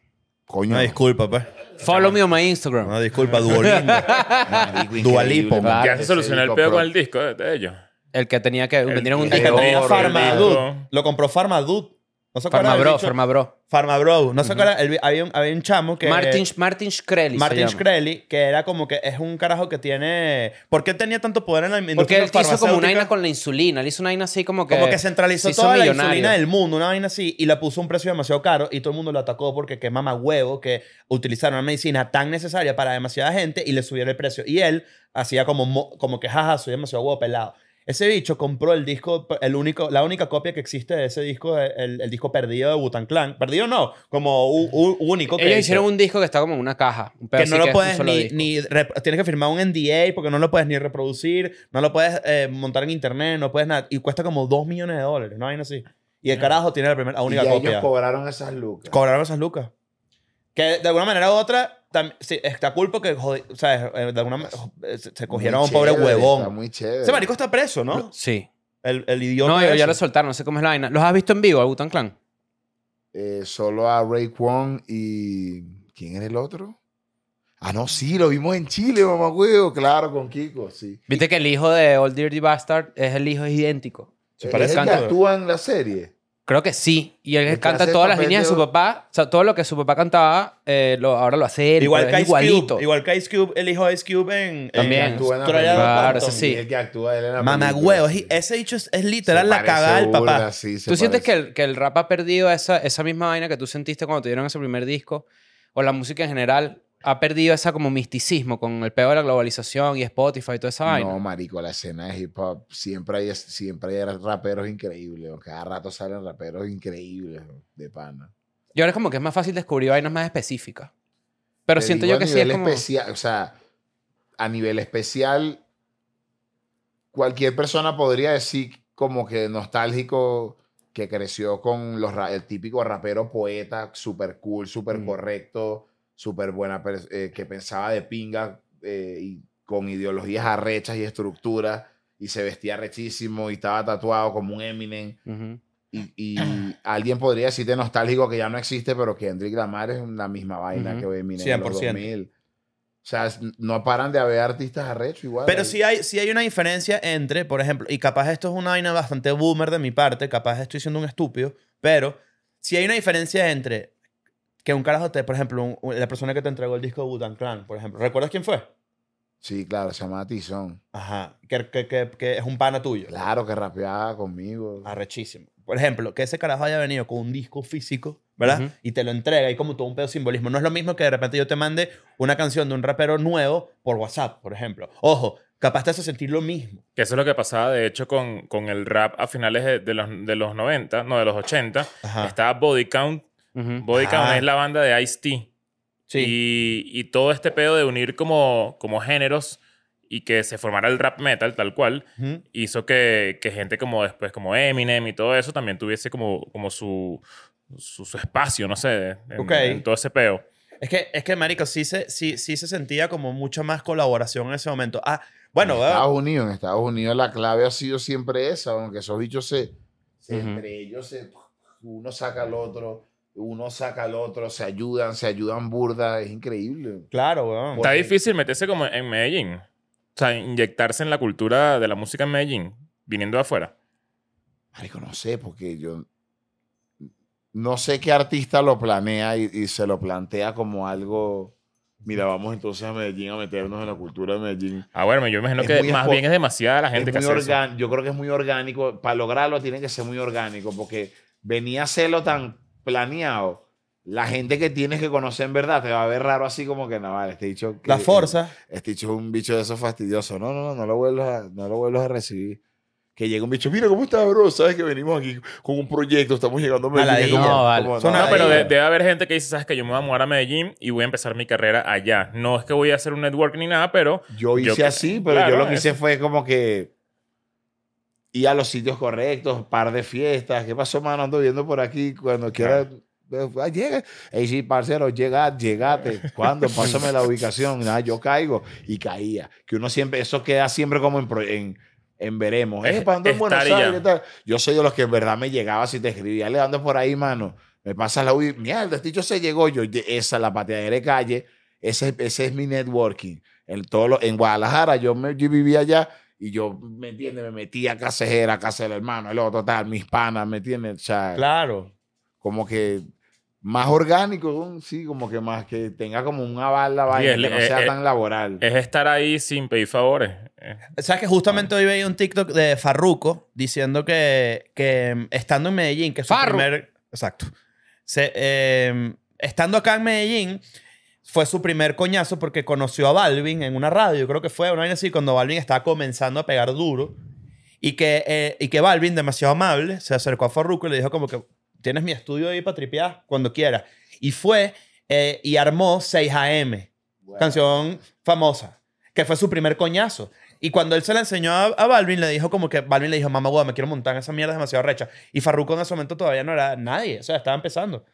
Coño.
No, disculpa, pues.
Follow me on my Instagram.
No, disculpa, [laughs] Duolingo.
marico,
Dualipo.
increíble,
Claro,
Ya
marico,
se
ese
solucionó el
disco,
pedo
bro.
con el disco de, de ellos.
El que tenía que...
El-
vendieron un
el que
disco.
tenía
Farmadut. Lo compró Farmadut. No se acuerda. del
Farmabro,
bicho?
Farmabro.
Farmabro. No se acuerda. el- Había un, había un chamo que.
Martin, Martin Shkreli se
Martin
llama.
Shkreli, que era como que es un carajo que tiene. ¿Por qué tenía tanto poder en la industria
Porque él te hizo como una
farmacéutica?
vaina con la insulina. Le hizo una vaina así como que...
Como que centralizó
se hizo
toda la
millonario.
insulina del mundo, una vaina así, y la puso a un precio demasiado caro y todo el mundo lo atacó porque qué mamá huevo que utilizaron una medicina tan necesaria para demasiada gente y le subieron el precio. Y él hacía como, mo- como que, jaja, soy demasiado huevo pelado. Ese bicho compró el disco, el único, la única copia que existe de ese disco, el, el disco perdido de Butan Clan. Perdido no, como u- u- único. que
Ellos
hizo.
hicieron un disco que está como en una caja. Un pedo
que
así
no lo
es un
puedes
solo
ni,
disco.
ni rep- tienes que firmar un NDA porque no lo puedes ni reproducir, no lo puedes eh, montar en internet, no puedes nada y cuesta como 2 millones de dólares, no hay así. Y el carajo tiene la primera la
Y
única
ya ellos
copia.
cobraron esas lucas.
Cobraron esas lucas. Que de alguna manera u otra tam- sí, está culpa que jode- o sea, eh, de alguna ma- eh, se, se cogieron a un
Muy
pobre
chévere, Está
huevón.
muy chévere.
Ese marico está preso, ¿no?
Sí.
El, el idiota.
No, ya- ya
ese.
lo soltaron. No sé cómo es la vaina. ¿Los has visto en vivo, al Butan Clan?
Eh, solo a Ray Kwon y. ¿Quién era el otro? Ah, no, sí, lo vimos en Chile, mamá huevo. Claro, con Kiko, sí.
Viste que el hijo de Old Dirty Bastard es el hijo, es idéntico.
¿Es
parece
el Eh, que
tanto.
actúa en la serie?
Creo que sí. Y él
El que hace
canta
el
todas las
papel
líneas de
de
su
Old-
papá. O sea, todo lo que su papá cantaba, eh, lo- ahora lo hace él.
Igual
pero
que
es
Ice
igualito.
Cube, igual que Ice Cube, el hijo de Ice Cube en
También.
en-
Actúa en la
Troya de
película.
Claro, ese
Compton.
sí.
Y el que actúa él en la
Mamá
película,
huevo,
sí.
ese bicho es, es
Se
literal la
parece
cagada del
burda,
papá.
sí, se
¿Tú sientes que
parece.
el, que el rap ha perdido esa, esa misma vaina que tú sentiste cuando te dieron ese primer disco? O la música en general ha perdido esa como misticismo con el peor de la globalización y Spotify y toda esa vaina.
No, marico, la escena de hip hop siempre hay, siempre hay raperos increíbles. ¿no? Cada rato salen raperos increíbles ¿no? de pana.
Y ahora es como que es más fácil descubrir vainas más específicas. Pero
Te
siento
digo
yo
a
que sí
nivel
es como...
especial, o sea, a nivel especial, cualquier persona podría decir como que nostálgico que creció con los ra- el típico rapero poeta, súper cool,
Mm.
súper correcto, súper buena, pers- eh, que pensaba de pinga eh, y con ideologías arrechas y estructuras y se vestía rechísimo y estaba tatuado como un Eminem.
Ujú.
Y, y alguien podría decirte nostálgico que ya no existe, pero que Kendrick Lamar es la misma vaina
Ujú.
que Eminem en los
100%.
2000. O sea, es- no paran de haber artistas arrechos igual.
Pero
Hay-
sí hay, sí hay una diferencia entre, por ejemplo, y capaz esto es una vaina bastante boomer de mi parte, capaz estoy siendo un estúpido, pero sí hay una diferencia entre que un carajo te, por ejemplo, un- un- la persona que te entregó el disco de Wu-Tang Clan, por ejemplo, ¿recuerdas quién fue?
Sí, claro, se llama Tizón.
Ajá, que, que- que- que es un pana tuyo.
Claro que rapeaba conmigo.
Arrechísimo. Por ejemplo, que ese carajo haya venido con un disco físico, ¿verdad?
Ujú.
Y te lo entrega y como todo un pedo de simbolismo. No es lo mismo que de repente yo te mande una canción de un rapero nuevo por WhatsApp, por ejemplo. Ojo, capaz te hace sentir lo mismo.
Que eso es lo que pasaba, de hecho, con, con el rap a finales de, de los, de los 90, no, de los 80.
Ajá.
Estaba Body Count.
Ujú.
Body Count
Ah.
es la banda de Ice-T. Y, y todo este pedo de unir como, como géneros y que se formara el rap metal tal cual,
Ujú.
hizo que, que gente como después, como Eminem y todo eso, también tuviese como, como su, su, su espacio, no sé, en,
Ok.
en todo ese peo.
Es que, es que marico, sí se, sí, sí se sentía como mucha más colaboración en ese momento. Ah, bueno,
en
weón,
Estados Unidos, en Estados Unidos la clave ha sido siempre esa, aunque esos bichos se, se
Ujú.
entre ellos, se, uno saca al otro, uno saca al otro, se ayudan, se ayudan burda, es increíble.
claro, weón.
Está
Porque-
difícil meterse como en Medellín. O sea, inyectarse en la cultura de la música en Medellín, viniendo de afuera.
Marico, no sé, porque yo no sé qué artista lo planea y, y se lo plantea como algo. Mira, vamos entonces a Medellín a meternos en la cultura de Medellín.
Ah, bueno, yo imagino
Es
que
muy
más
espo-
bien es demasiada la
Es
gente que
muy
hace eso.
organ- Yo creo que es muy orgánico. Para lograrlo tiene que ser muy orgánico, porque venía a hacerlo tan planeado. La gente que tienes que conocer en verdad te va a ver raro así como que no, vale, este dicho.
La fuerza.
Este bicho es un bicho de esos fastidiosos. No, no, no, no lo vuelvas a, no lo vuelvas a recibir. Que llega un bicho, mira, ¿cómo estás, bro? Sabes que venimos aquí con un proyecto, estamos llegando a Medellín.
Maladilla.
Es
No, vale.
como,
Son
No,
Ahí,
pero de-
bueno.
debe haber gente que dice, sabes que yo me voy a mudar a Medellín y voy a empezar mi carrera allá. No es que voy a hacer un network ni nada, pero
yo hice
yo que-
así, pero
claro,
yo lo que hice
eso.
fue como que ir a los sitios correctos, par de fiestas. ¿Qué pasó, mano? Ando viendo por aquí cuando quiera. eh, ah, llega. Ey, sí, parcero, llegad, llegate. ¿Cuándo?
[laughs]
Pásame la ubicación. Nada, yo caigo. Y caía. Que uno siempre, eso queda siempre como en, pro- en, en veremos.
Es-
Eh, ¿para dónde en Buenos
estar y ya.
Aires? ¿Qué tal? Yo soy de los que en verdad me llegaba si te escribía, le ando por ahí, mano. Me pasas la UI. Mierda, este dicho se llegó. Yo, ye- esa, la pateadera de calle. Ese, ese es mi networking. En, todo lo- en Guadalajara, yo, me, yo vivía allá y yo, ¿me entiendes? Me metía a casejera, a casa del hermano, el otro, tal, mis panas, ¿me entiendes? O sea,
Claro.
como que más orgánico, un- sí, como que más que tenga como un aval la vaina,
el-
que no
eh,
sea
eh,
tan laboral.
es estar ahí sin pedir favores. Eh,
¿Sabes que justamente hoy veía un TikTok de Farruko diciendo que, que mm, estando en Medellín, que es su
Farru.
primer... Exacto. Se, eh, estando acá en Medellín, fue su primer coñazo porque conoció a Balvin en una radio, creo que fue una vaina así, cuando Balvin estaba comenzando a pegar duro. Y que, eh, y que Balvin, demasiado amable, se acercó a Farruko y le dijo como que tienes mi estudio ahí para tripear cuando quieras. Y fue eh, y armó 6AM, canción famosa, que fue su primer coñazo. Y cuando él se la enseñó a, a Balvin, le dijo como que Balvin le dijo, mamá, guau, me quiero montar en esa mierda es demasiado recha. Y Farruko en ese momento todavía no era nadie, o sea, estaba empezando.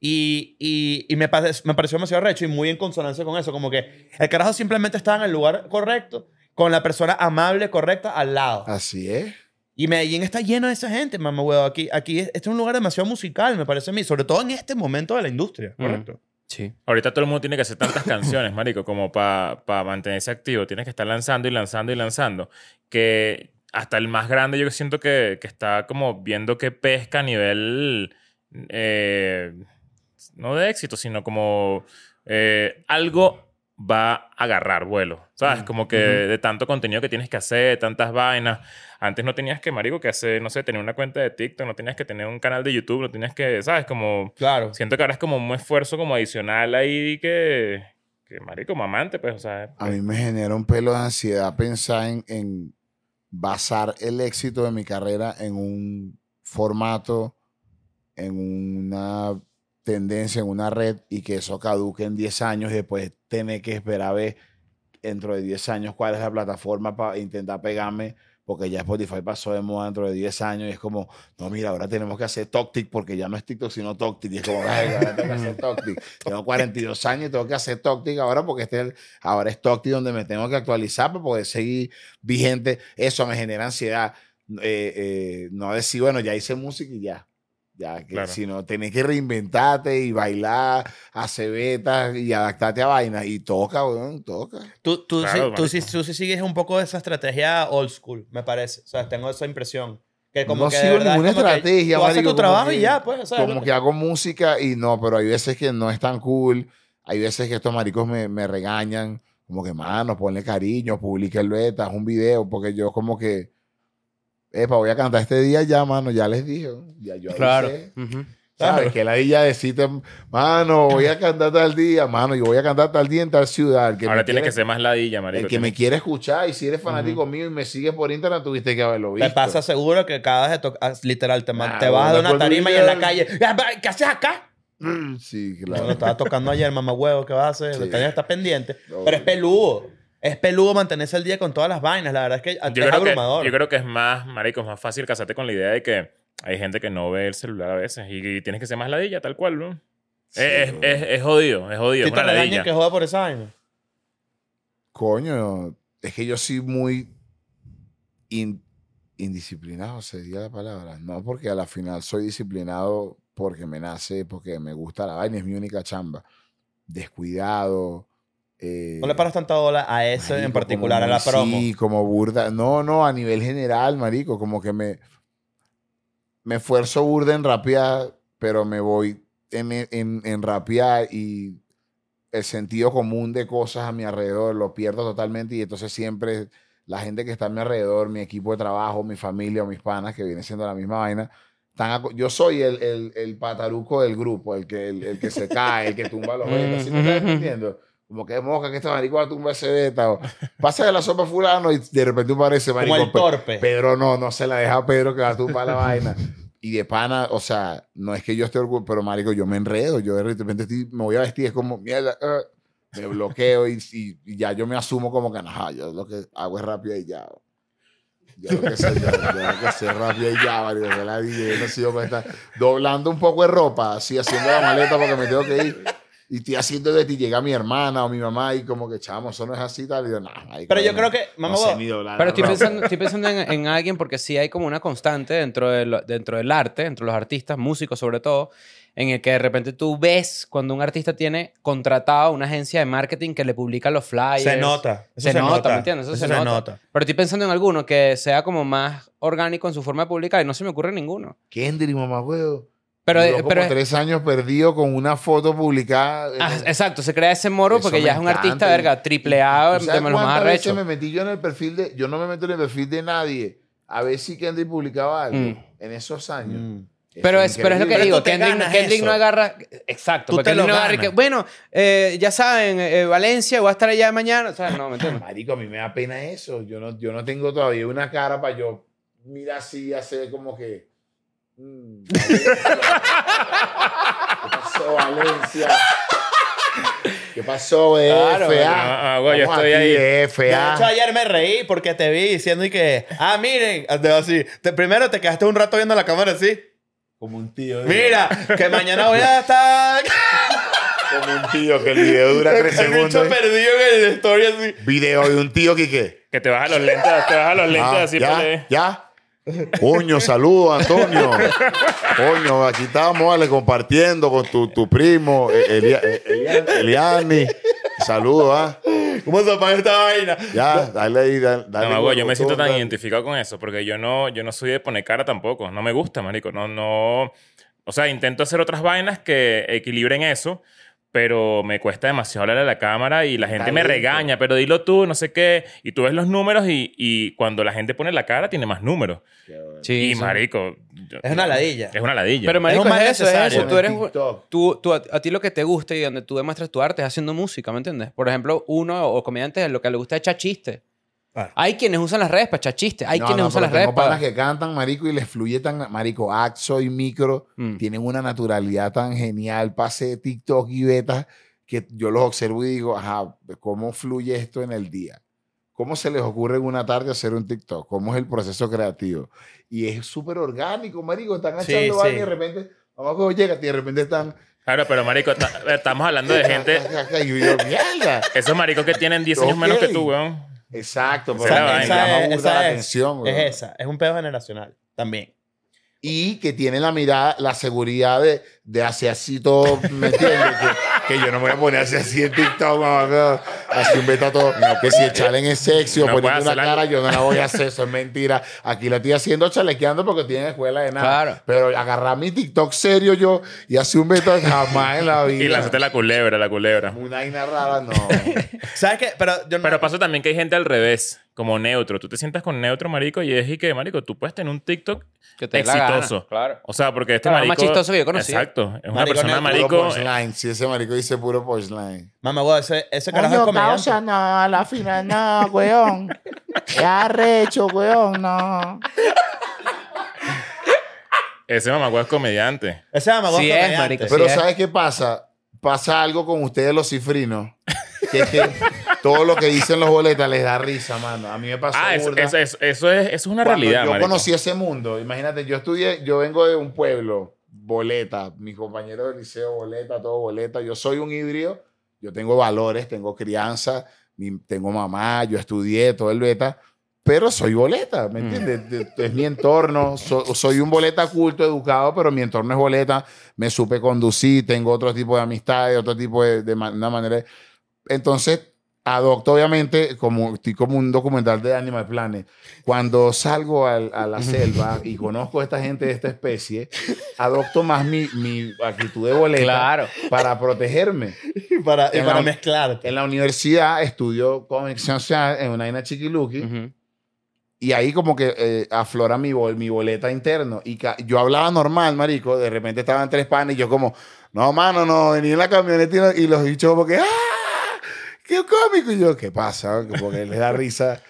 Y, y, y me, pare- me pareció demasiado recho y muy en consonancia con eso, como que el carajo simplemente estaba en el lugar correcto, con la persona amable, correcta, al lado.
Así es.
Y Medellín está lleno de esa gente, mamá huevo. Aquí, aquí, este es un lugar demasiado musical, me parece a mí. Sobre todo en este momento de la industria.
Mm.
Correcto.
Sí.
Ahorita todo el mundo tiene que hacer tantas canciones, marico, como para mantenerse activo. Tienes que estar lanzando y lanzando y lanzando. Que hasta el más grande yo siento que, que está como viendo que pesca a nivel... eh, no de éxito, sino como eh, algo va a agarrar vuelo. ¿Sabes? Como que de tanto contenido que tienes que hacer, tantas vainas. Antes no tenías que, marico, que hacer, no sé, tener una cuenta de TikTok, no tenías que tener un canal de YouTube, no tenías que, ¿sabes? Como...
Claro.
Siento que ahora es como un esfuerzo como adicional ahí que, que marico, mamante, pues, o sea,
A mí me genera un pelo de ansiedad pensar en, en basar el éxito de mi carrera en un formato, en una tendencia en una red y que eso caduque en 10 años y después tener que esperar a ver dentro de 10 años cuál es la plataforma para intentar pegarme porque ya Spotify pasó de moda dentro de 10 años y es como, no, mira, ahora tenemos que hacer Toctic porque ya no es TikTok sino Toctic. Y es como, "Ay, ahora tengo que hacer Toctic. tengo 42 años y tengo que hacer Toctic ahora porque este es el- ahora es Toctic donde me tengo que actualizar para poder seguir vigente. Eso me genera ansiedad. Eh, eh, no decir, bueno, ya hice música y ya. Ya, que
Claro.
si no, tenés que reinventarte y bailar, hacer betas y adaptarte a vainas. Y toca, weón, toca.
Tú, tú,
Claro,
sí, tú,
marico.
sí, tú sí sigues un poco esa estrategia old school, me parece. O sea, tengo esa impresión. Que como
no
que de
sigo
verdad es
ninguna
como que
estrategia.
Tú haces
marico,
tu
como
trabajo
que-
y ya, pues. o sea,
como que hago música y no, pero hay veces que no es tan cool. Hay veces que estos maricos me, me regañan. Como que, mano, ponle cariño, publica el beta, haz un video. Porque yo como que, epa, voy a cantar este día ya, mano. Ya les dije. Ya yo
Claro.
avisé.
Ujú.
¿Sabes? Que la villa decirte, mano, voy a cantar tal día, mano, yo voy a cantar tal día en tal ciudad. El que
Ahora
me
tienes
quiere-
que ser más ladilla, marico.
El que me quiere escuchar y si eres fanático mío y me sigues por internet, tuviste que haberlo visto.
Te pasa seguro que acabas de tocar, literal, te, man-
Ah,
te bajas de una
bueno, pues,
tarima y
mira.
en la calle, [laughs] "Ya, va, ¿qué haces acá?
Mm, [clears throat] Sí, claro.
Bueno, estaba tocando ayer, mamá huevo, ¿qué vas a hacer?
Sí.
Lo tenías que estar pendiente.
Obvio.
Pero es peludo. Es peludo mantenerse al día con todas las vainas. La verdad es que es
yo, creo que,
abrumador.
yo creo que es más, marico, es más fácil casarte con la idea de que hay gente que no ve el celular a veces y, y tienes que ser más ladilla, tal cual, ¿no?
Sí,
es, es- es- es jodido, es jodido.
Si te
es Una
regañan,
ladilla.
que joda por esa vaina.
Coño, es que yo soy muy in- indisciplinado, sería la palabra. No porque a la final soy disciplinado porque me nace, porque me gusta la vaina, es mi única chamba. Descuidado. eh,
No le paras tanta bola a ese
marico,
en
como
particular, a
muy-
la promo.
Sí, como burda. No, no, a nivel general, marico, como que me me esfuerzo burda en rapear, pero me voy en, en, en rapear y el sentido común de cosas a mi alrededor lo pierdo totalmente y entonces siempre la gente que está a mi alrededor, mi equipo de trabajo, mi familia o mis panas, que viene siendo la misma vaina, están aco- yo soy el, el, el pataruco del grupo, el que, el, el que se cae, el que tumba
[laughs]
los betas, ¿sí me estás entendiendo? Como que moca que este marico va a tumbar ese beta, o pasa de la sopa a fulano y de repente aparece pues, marico.
Como el
pe-
torpe.
Pedro no, no se la deja a Pedro que va a tumbar
[laughs]
la vaina. Y de pana, o sea, no es que yo esté orgulloso, pero marico, yo me enredo. Yo de repente estoy- me voy a vestir, es como, mierda, ah, me bloqueo y, y- y ya yo me asumo como que, no, yo lo que hago es rápido y ya. Yo lo que sé, yo, yo lo que sé es rápido y ya, marico, yo la dije, yo no sigo con esta- Doblando un poco de ropa, así, haciendo la maleta porque me tengo que ir. Y estoy haciendo de ti, llega mi hermana o mi mamá y como que, chamo, eso no es así, tal. Y yo, no, marico,
Pero yo
no-
creo que, mamá
no sé
huevo,
ni doblar
Pero estoy
ropa.
pensando, estoy pensando en, en alguien porque sí hay como una constante dentro, de lo- dentro del arte, entre los artistas, músicos sobre todo, en el que de repente tú ves cuando un artista tiene contratado una agencia de marketing que le publica los flyers.
se nota. Eso
Se, nota, ¿me entiendes? Eso, se, nota. Pero estoy pensando en alguno que sea como más orgánico en su forma de publicar y no se me ocurre ninguno.
Kendrick, mamá, huevo.
Pero, eh,
Duró como
pero es-
tres años perdido con una foto publicada.
ah, exacto, se crea ese moro
Eso
porque
me
ya es un
encanta,
artista,
eh, y-
verga, triple A,
¿Tú
de
sabes
los más
cuántas veces
arrechos.
me metí yo en el perfil de... Yo no me meto en el perfil de nadie. A ver si Kendrick publicaba algo
Mm.
en esos años. Eso
Pero es, pero es lo que
increíble.
digo,
tú te
Kendrick,
ganas
Kendrick
eso.
no agarra... Exacto,
Tú
porque
te lo
Kendrick no agarra y
ganas.
que, bueno, eh, ya saben, eh, Valencia, voy a estar allá mañana, o sea, no, ¿me entiendes?
Marico, a mí me da pena eso. Yo no, yo no tengo todavía una cara para yo mirar así, hacer como que...
[laughs]
mm, Valencia. ¿Qué pasó, Valencia? ¿Qué pasó, eh,
Claro,
FA?
Ah, ah, güey, yo estoy
eh.
ahí.
De
FA.
hecho, ayer me reí porque te vi diciendo y que, ah, miren, así, te- primero te quedaste un rato viendo la cámara así.
Como un tío. de-
Mira, que mañana voy a estar. [laughs]
Como un tío que el video
[laughs]
dura tres
el bicho
segundos. ¿eh?
perdido en el story así.
Video de un tío que qué.
Que te bajas los lentes, te bajas los lentes
Ah,
así para
ya,
leer.
ya. Coño, saludos, Antonio. Coño, aquí estábamos vale, compartiendo con tu, tu primo, eh, Elia- eh, Eliani. Saludos, ah.
¿Cómo se apaga esta vaina?
Ya, dale ahí, da- dale.
No, güey, yo me siento tan
dale.
identificado con eso, porque yo no, yo no soy de poner cara tampoco. No me gusta, marico. No, no. O sea, intento hacer otras vainas que equilibren eso, pero me cuesta demasiado hablar a la cámara y la gente me
Talento.
regaña, pero dilo tú, no sé qué. Y tú ves los números y, y cuando la gente pone la cara tiene más números.
Sí,
y marico. yo-
Es una ladilla.
Es una ladilla.
Pero marico,
Es un mal
es eso, es
necesario.
eso. Tú eres,
TikTok.
tú, tú- a, a ti lo que te gusta y donde tú demuestras tu arte es haciendo música, ¿me entiendes? Por ejemplo, uno o comediante lo que le gusta es echar chistes. Hay quienes usan las redes para echar chistes. Hay quienes usan las
pero
redes
tengo panas
para...
que cantan, marico, y les fluye tan... Marico, Axo y Micro
Mm.
[laughs] tienen una naturalidad tan genial, pase de TikTok y betas, que yo los observo y digo, ajá, ¿cómo fluye esto en el día? ¿Cómo se les ocurre en una tarde hacer un TikTok? ¿Cómo es el proceso creativo? Y es súper orgánico, marico. Están
Sí,
echando vaina y
sí.
de repente... Vamos a llega y de repente están...
Claro, pero marico, ta- estamos
[laughs]
hablando de gente...
Y yo, mierda.
Esos maricos que tienen 10 años menos que tú, weón.
Exacto,
Esa
pero
es la
me
vaina.
llama
Esa es-
burda la
esa es.
atención.
Es
weón.
esa, es un pedo generacional también.
y que tiene la mirada, la seguridad de, de hacer así todo, ¿me entiendes? que, que yo no me voy a poner así, así en TikTok, mamá, así un beta todo. que si el challenge es sexy o
No
poniendo
puede
una
hacerla.
cara, yo no la voy a hacer, eso es mentira. Aquí la estoy haciendo chalequeando porque tiene escuela de nada.
Claro.
Pero agarrar mi TikTok serio yo y hacer un beta jamás en la vida.
[laughs] Y lanzaste la culebra, la culebra.
Una vaina rara,
[laughs]
no.
¿Sabes qué? Pero yo no-
Pero pasa también que hay gente al revés, como neutro. Tú te sientas con neutro, marico, y es y que, marico, tú puedes tener un TikTok
Que te dé la gana,
exitoso.
Claro.
O sea, porque este
Claro, el
marico...
más chistoso que yo conocí.
Exacto. Es una
Marico neutro,
Puro
persona,
pues,
marico... eh.
punchline. Si ese marico dice puro punchline.
Mamá, güey, ese, ese carajo es comediante.
no, a la final no, weón. Ya recho, weón, no.
Ese mamagüey es comediante.
Ese mamá, güey,
Sí
es
es,
comediante.
marico.
Pero
Así es.
¿sabes qué pasa? Pasa algo con ustedes los cifrinos. Que es que todo lo que dicen los boletas les da risa, mano. A mí me pasó
Ah, eso,
burda.
eso, eso- eso es, eso es una
Cuando
realidad,
yo
marico.
conocí ese mundo. Imagínate, yo estudié, yo vengo de un pueblo, boleta, mis compañeros del liceo, boleta, todo boleta. Yo soy un híbrido, yo tengo valores, tengo crianza, mi- tengo mamá, yo estudié todo el beta, pero soy boleta,
Mm.
¿me entiendes? De- de- Es mi entorno, so- soy un boleta culto, educado, pero mi entorno es boleta, me supe conducir, tengo otro tipo de amistades, otro tipo de, de ma- una manera. de- Entonces, adopto obviamente, como estoy como un documental de Animal Planet, cuando salgo al- a la selva y conozco a esta gente de esta especie, adopto más mi, mi actitud de boleta
Claro.
para protegerme.
Y para, y
En
para
la-
mezclarte.
En la universidad estudio conexión social en una vaina chiquiluki
Ujú.
y ahí como que eh, aflora mi, bol- mi boleta interno. Y ca- yo hablaba normal, marico, de repente estaban tres panes y yo como, no, mano, no, venía en la camioneta y, no- y los bichos como que, ¡ah! ¡Qué cómico! Y yo, ¿qué pasa? Como que les da risa.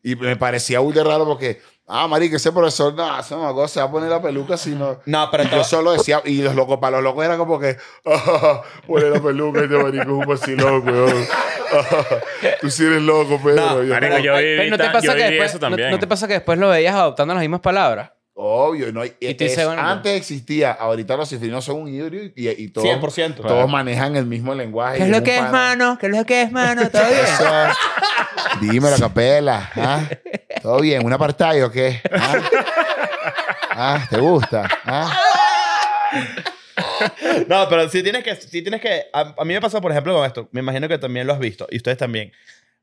Y me parecía ultra raro porque, ah, marico, ese profesor, no, ese mamagüey se va a poner la peluca si no...
No, pero
Y yo solo decía, y los locos, para los locos era como que, ah, pone la peluca y te marico es un vacilón, weón. [laughs] Ah, tú sí eres loco, Pedro.
No,
Yo
marico,
como,
yo
Ay,
viví,
pero no te
tan-
pasa
yo
que
viví
después,
eso
no-
también.
No, te pasa que después lo veías adoptando las mismas palabras.
Obvio, no. Y
tú dices,
es-
bueno,
antes existía, ahorita los cifrinos son un híbrido y, y todos,
100%.
todos manejan el mismo lenguaje.
¿Qué es
y
lo
un
que es,
pana.
mano? ¿Qué es lo que
[laughs]
es, mano? ¿Todo bien?
Eso es. Dímelo, capela. ¿ah? ¿Todo bien? ¿Un apartado o qué? ¿Ah? ¿Ah? ¿Te gusta? ¿Ah?
No, pero sí tienes que... Sí tienes que a, a mí me pasó, por ejemplo, con esto. Me imagino que también lo has visto. Y ustedes también.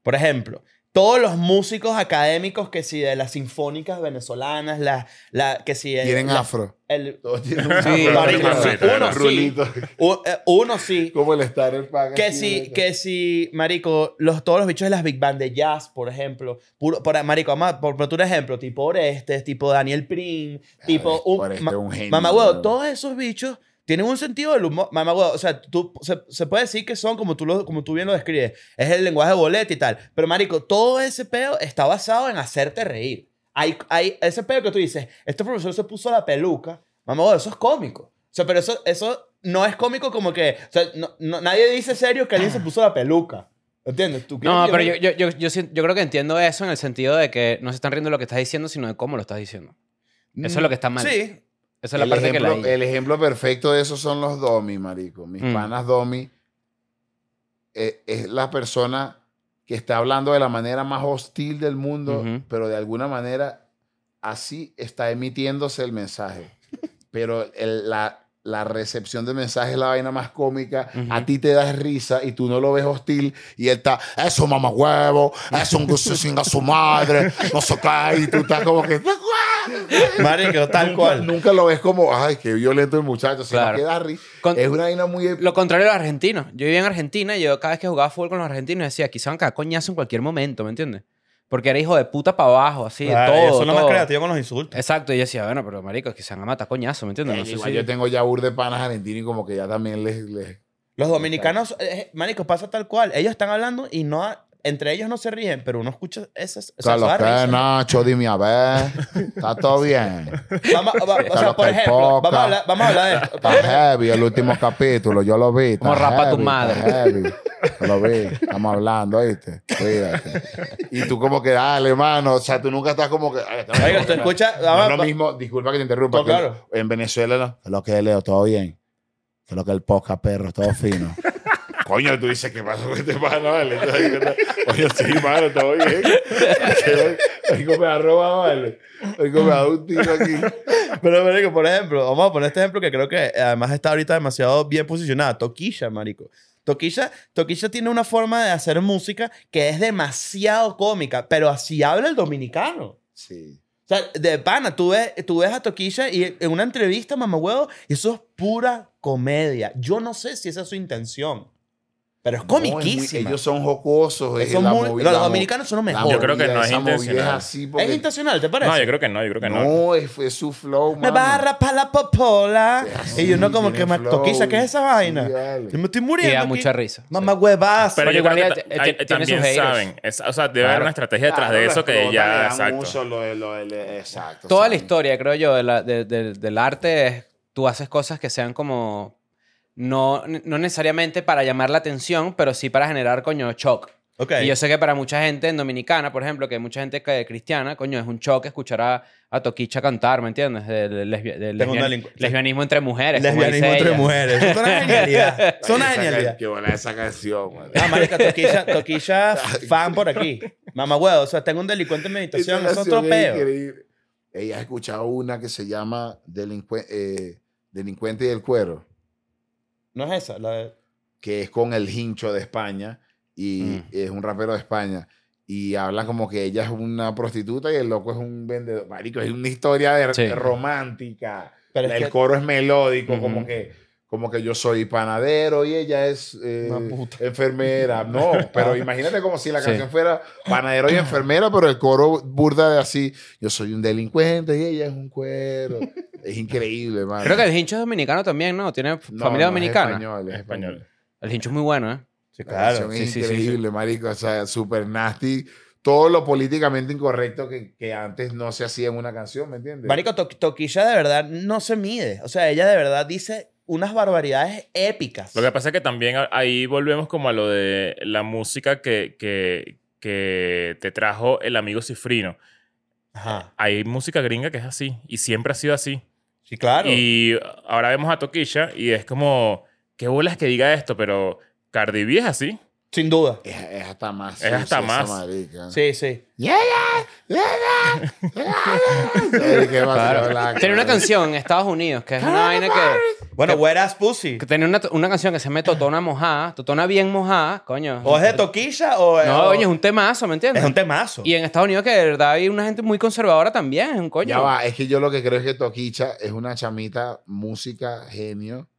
Por ejemplo, todos los músicos académicos que si de las sinfónicas venezolanas, las... La, que si... el-
Tienen
la-
afro.
el-
[laughs] Todos tienen
Sí,
afro.
marico,
Tienen
sí,
afro.
uno
sí.
Rulito.
u- eh, uno sí.
Como el estar el pan. este?
Que
así,
si,
¿no?
que si, marico, los, todos los bichos de las big band de jazz, por ejemplo. Puro, por, marico, ama- por, por un ejemplo, tipo Orestes, tipo Daniel Prim, tipo... un-
Orestes
ma-
es un genio,
mamá, huevo,
weón.
todos esos bichos tienen un sentido del humor. Mamá, huevo, o sea, tú, se, se puede decir que son, como tú, lo, como tú bien lo describes, es el lenguaje boleta y tal. Pero, marico, todo ese peo está basado en hacerte reír. Hay, hay ese peo que tú dices, este profesor se puso la peluca. Mamá, huevo, eso es cómico. O sea, pero eso, eso no es cómico como que... O sea, no- no- nadie dice serio que alguien se puso la peluca. ¿Entiendes? ¿Tú quieres
No,
que
pero
me-
yo, yo, yo, yo, sien- yo creo que entiendo eso en el sentido de que no se están riendo de lo que estás diciendo, sino de cómo lo estás diciendo. Eso es lo que está mal.
Sí.
Esa es la
el
parte
ejemplo,
que la...
El ejemplo perfecto de eso son los domi, marico. Mis
Mm.
panas domi eh, es la persona que está hablando de la manera más hostil del mundo,
Ujú.
pero de alguna manera así está emitiéndose el
[laughs]
mensaje. Pero el- la, la recepción del mensaje es la vaina más cómica.
Ujú.
A ti te das risa y tú no lo ves hostil y él está, eso mamá huevo, eso un gusto sin a su madre, no se cae y tú estás como que...
[laughs] Marico, tal
Nunca-
cual.
Nunca lo ves como, ay, qué violento el muchacho. sino
Claro.
que da ri-
Con-
Es una vaina muy.
Lo contrario a los argentinos. Yo vivía en Argentina y yo cada vez que jugaba fútbol con los argentinos decía, aquí se van a cagar coñazo en cualquier momento, ¿me entiendes? Porque era hijo de puta para abajo, así,
Claro,
de
y
todo.
eso es lo más
todo.
creativo con los insultos.
Exacto, y yo decía, bueno, pero marico, es que se van a matar coñazo, ¿me entiendes?
Eh,
No sé
igual
si-
Yo tengo ya bur de panas argentinos y como que ya también les. les-
eh, Los dominicanos, eh, marico, pasa tal cual. Ellos están hablando y no... ha- entre ellos no se ríen, pero uno escucha esas. o sea,
Carlos,
esas
¿qué,
risas.
Nacho? Dime a ver. Está todo bien.
Vamos, va- o sea,
Carlos
por ejemplo,
Caipoca.
vamos a hablar, vamos a hablar de
[laughs]
esto.
Está heavy el último capítulo. Yo lo vi. está
Como rapa tu
heavy,
madre.
está heavy. Yo lo vi. Estamos hablando, ¿oíste? Cuídate. Y tú como que, dale, hermano. O sea, tú nunca estás como que... "Ay, está
Oiga,
bien".
tú escuchas.
No
vamos-
es lo mismo, disculpa que te interrumpa.
No,
que
claro.
En Venezuela, no. Es lo que leo, todo bien. Es lo que el posca, perro, todo fino. [laughs] Coño, tú dices que pasó con este mano, vale. Coño, sí, mano, todo bien. Oigo, me ha robado, vale. Oigo, me ha dado un tiro aquí.
Pero, marico, por ejemplo, vamos a poner este ejemplo que creo que además está ahorita demasiado bien posicionada. Toquilla, marico. Toquilla, Toquilla tiene una forma de hacer música que es demasiado cómica, pero así habla el dominicano.
Sí.
O sea, de pana, tú ves, tú ves a Toquilla y en una entrevista, mamahuevo, y eso es pura comedia. Yo no sé si esa es su intención, pero es
No, es
comiquísima.
muy- ellos son jocosos. es
Son
la
muy-
movi-
los
la mo-
dominicanos son los
la
mejores.
Yo creo que
movida,
no es
esa movida
intencional.
así porque-
Es intencional, ¿te parece?
No, yo creo que no, yo creo que no.
No, es, es su flow,
Me
mano.
barra para la popola.
Sí,
y uno como
tiene
que me
flow,
toquilla, ¿qué es esa
sí,
vaina?
vale.
Yo me estoy
Y
muriendo.
da
aquí.
mucha risa.
Mamá huevas.
Pero
Pero
yo creo
igual
que
ella
ta-
te-
hay-
tiene
también
sus haters.
saben. Es- o sea, debe haber
Claro.
una estrategia detrás de
Claro,
eso
las
que
protas le
ya.
dan
Exacto.
uso, lo de- lo de- le- exacto,
Toda la
saben.
historia, creo yo, de la- de- de- del arte es, tú haces cosas que sean como, no, no necesariamente para llamar la atención, pero sí para generar, coño, shock.
Ok.
Y yo sé que para mucha gente en Dominicana, por ejemplo, que hay mucha gente que- cristiana, coño, es un shock escuchar a, a Toquicha cantar, ¿me entiendes? Del lesbia- del
Tengo un
lesbian-
delincu-
lesbianismo entre mujeres. como
Lesbianismo
dice
entre
ella.
mujeres. Es
[laughs]
una genialidad. Es una
Esa can-
genialidad.
Qué buena esa canción, mano.
Ah, marica,
[laughs]
toquilla, toquilla fan por aquí. Mamá huevo, o sea, tengo un delincuente en meditación.
Esa
Es otro
canción es
peo.
increíble. Ey, has escuchado una que se llama Delincue- eh, Delincuente y el Cuero,
No es esa. La de...
que es con el hincho de España y
Mm.
es un rapero de España. Y hablan como que ella es una prostituta y el loco es un vendedor. Marico, es una historia de-
Sí.
romántica.
Pero es
el
que-
coro es melódico,
Ujú.
como que como que yo soy panadero y ella es eh,
Una puta.
enfermera. No,
[laughs]
pero imagínate como si la
Sí.
canción fuera panadero y enfermera, pero el coro burda de así, yo soy un delincuente y ella es un
[laughs]
cuero. es increíble, mano.
Creo que el hincho es dominicano también, ¿no? Tiene
No,
familia
no, es
dominicana.
español, es español.
Español.
El hincho es muy bueno, ¿eh?
Sí,
La
claro.
canción es
sí, sí, sí, sí.
increíble, marico. O sea, super nasty. Todo lo políticamente incorrecto que, que antes no se hacía en una canción, ¿me entiendes?
Marico, To- Toquilla de verdad no se mide. O sea, ella de verdad dice unas barbaridades épicas.
Lo que pasa es que también a- ahí volvemos como a lo de la música que, que, que te trajo el amigo Cifrino.
Ajá.
Hay música gringa que es así y siempre ha sido así.
Sí, claro.
Y ahora vemos a Toquilla y es como, qué bolas que diga esto, pero Cardi B es así.
Sin duda.
es, es hasta más.
Es
sucia
hasta
esa
más.
marica.
Sí, sí.
Yeah, yeah, yeah. ¿Qué más
Tiene una canción en Estados Unidos que es una vaina que...
Bueno,
que-
Whereas Pussy.
que tenía una, una canción que se llama Totona Mojada, Totona Bien Mojada, coño.
¿O es de Toquilla o
No,
o-
coño, es un temazo, ¿me entiendes?
es un temazo.
Y en Estados Unidos que de verdad hay una gente muy conservadora también, es un coño.
Ya va, es que yo lo que creo es que Toquicha es una chamita, música, genio,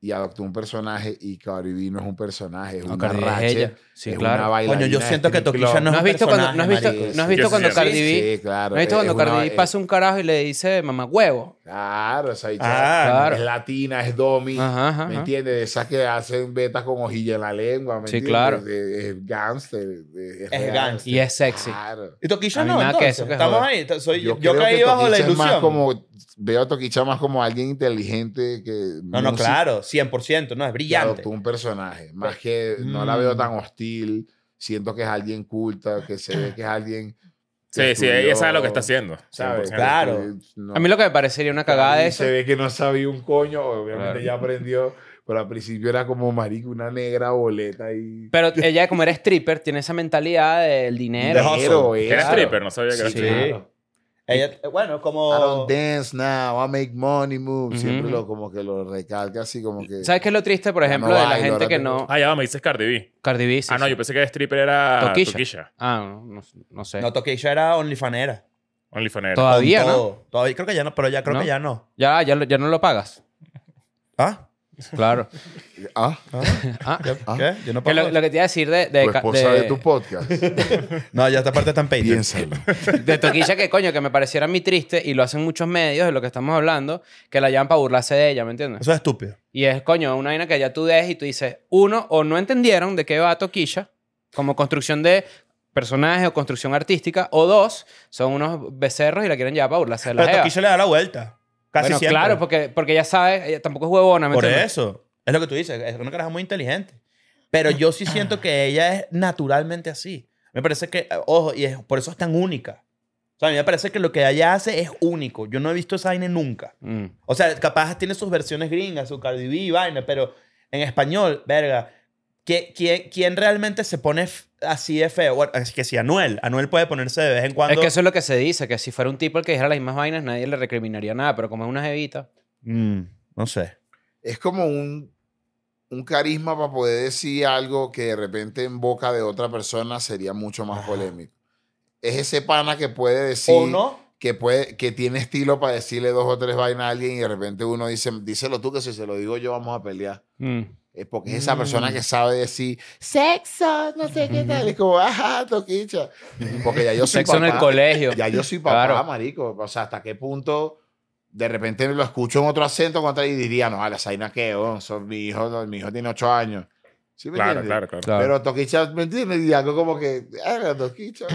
y adoptó un personaje, y Cardi B no es un personaje, es
No,
una
Cardi B es
rache,
ella. Sí, claro. Coño, yo
bailarina de
siento que
strip
Toquicha
club.
no
¿No
es
has
un
visto cuando,
personaje,
¿no has visto,
marico.
¿no has
Sí,
visto
sí,
cuando
sí.
Cardi B?
Sí, claro.
¿No has visto
es
cuando
una-
Cardi B
es-
pasa un carajo y le dice mamá huevo?
Claro, esa bicha
Ah,
claro.
es latina, es domi,
Ajá, ajá,
¿me
ajá.
entiendes? Esas que hacen betas con hojilla en la lengua, ¿me
Sí,
entiendes?
claro.
Es, es gangster. Es,
Es
real.
gángster.
Y es sexy.
Claro.
Y Toquilla
A mí
no,
nada que
entonces.
eso, que
Estamos
joder.
ahí. Soy, yo,
creo
caí
que
bajo la
Toquicha es más
ilusión.
como, veo a Toquicha más como alguien inteligente que.
No, no,
música,
claro. 100%. No, es
que
brillante.
adoptó un personaje. Más que no la veo tan hostil. Siento que es alguien culta, que se ve que es alguien.
Sí, sí, ella sabe lo que está haciendo.
¿sabes?
100%.
Claro.
No.
A mí lo que me parecería una cagada
Ahí
de eso.
Se ve que no sabía un coño, obviamente
Claro.
ya aprendió, pero al principio era como marico, una negra boleta y.
Pero ella, como era stripper, tiene esa mentalidad del dinero.
De hustle.
Era
Claro.
stripper, no sabía que era
Sí.
stripper.
Ella, eh, bueno,
I don't
como.
Oh.
dance now, I make money move. Siempre
Ujú.
lo como que lo recalca así como que.
¿Sabes qué es lo triste, por
Ya
ejemplo,
no
de la
bailo,
gente
ahora
que
tengo-
no...
Ah, ya va, me dices Cardi B.
Cardi B, sí,
ah, no,
sí.
yo pensé que stripper era
Toquilla.
Toquilla.
Ah, no, no, no sé.
No, Toquilla era OnlyFanera.
OnlyFanera.
Toda- Todavía,
Con
¿no?
todo. Todavía, creo que ya no, pero ya creo
¿No?
que ya no.
Ya, ya, lo- ya no lo pagas.
¿Ah? [laughs]
Claro.
Ah,
Ah,
¿Qué?
Ah.
¿Qué? Yo no
que
puedo.
lo, lo que te iba a decir de... de,
tu
ca-
esposa
de-
de tu podcast.
No, ya esta parte está en Patreon.
Piénsalo.
De Toquilla que coño, que me pareciera muy triste y lo hacen muchos medios de lo que estamos hablando, que la llaman para burlarse de ella, ¿me entiendes?
Eso es estúpido.
Y es coño, una vaina que ya tú des y tú dices, uno, o no entendieron de qué va Toquilla, como construcción de personaje o construcción artística, o dos, son unos becerros y la quieren llevar para burlarse de la
Pero
jeva.
Toquillo le da la vuelta. Casi
Bueno,
siempre.
claro, porque, porque ella sabe, ella tampoco es huevona, ¿me
Por
entiendes?
eso. Es lo que tú dices. Es una caraja muy inteligente. Pero yo sí siento que ella es naturalmente así. Me parece que, ojo, y es, por eso es tan única. O sea, a mí me parece que lo que ella hace es único. Yo no he visto esa vaina nunca.
Mm.
O sea, capaz tiene sus versiones gringas, su Cardi B y vaina, pero en español, verga, ¿qui- ¿quién, quién realmente se pone f- así de feo? Bueno, es que si Anuel, Anuel puede ponerse de vez en cuando.
Es que eso es lo que se dice, que si fuera un tipo el que dijera las mismas vainas, nadie le recriminaría nada, pero como es una jevita.
Mm, no sé.
Es como un, un carisma para poder decir algo que de repente en boca de otra persona sería mucho más polémico. Es ese pana que puede decir...
¿O no?
que, puede, que tiene estilo para decirle dos o tres vainas a alguien y de repente uno dice, díselo tú que si se lo digo yo vamos a pelear.
Mm.
Es porque es esa
Mm.
persona que sabe decir sexo, no sé qué tal. Es como, ajá, [laughs] toquicha. Porque ya yo soy
Sexo
papá.
en el colegio.
[laughs] Ya yo soy papá,
Claro.
marico. O sea, ¿hasta qué punto de repente lo escucho en otro acento contra y diría, no, a la vaina qué, oh, son mi hijo, no, mi hijo tiene ocho años. ¿Sí me
Claro,
entiendes?
claro, claro.
Claro.
Pero Toquicha, ¿me entiendes? Y algo como que, ah, Toquicha.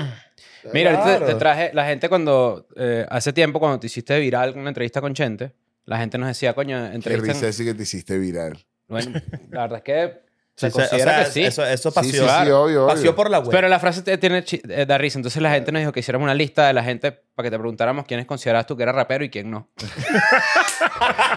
eh,
Mira, ahorita te-
Claro.
te, traje, la gente cuando, eh, hace tiempo cuando te hiciste viral una entrevista con Chente, la gente nos decía, coño,
Qué risa
entrevista...
ese que te hiciste viral.
Bueno, la verdad es
[laughs]
que
Sí,
se
o sea,
considera
o sea,
que sí.
Eso, eso
Sí,
paseó,
sí, sí, obvio,
paseó
obvio.
por la web.
Pero la frase te tiene chi- eh, da risa. Entonces la gente nos dijo que hiciéramos una lista de la gente para que te preguntáramos quiénes consideras tú que era rapero y quién no.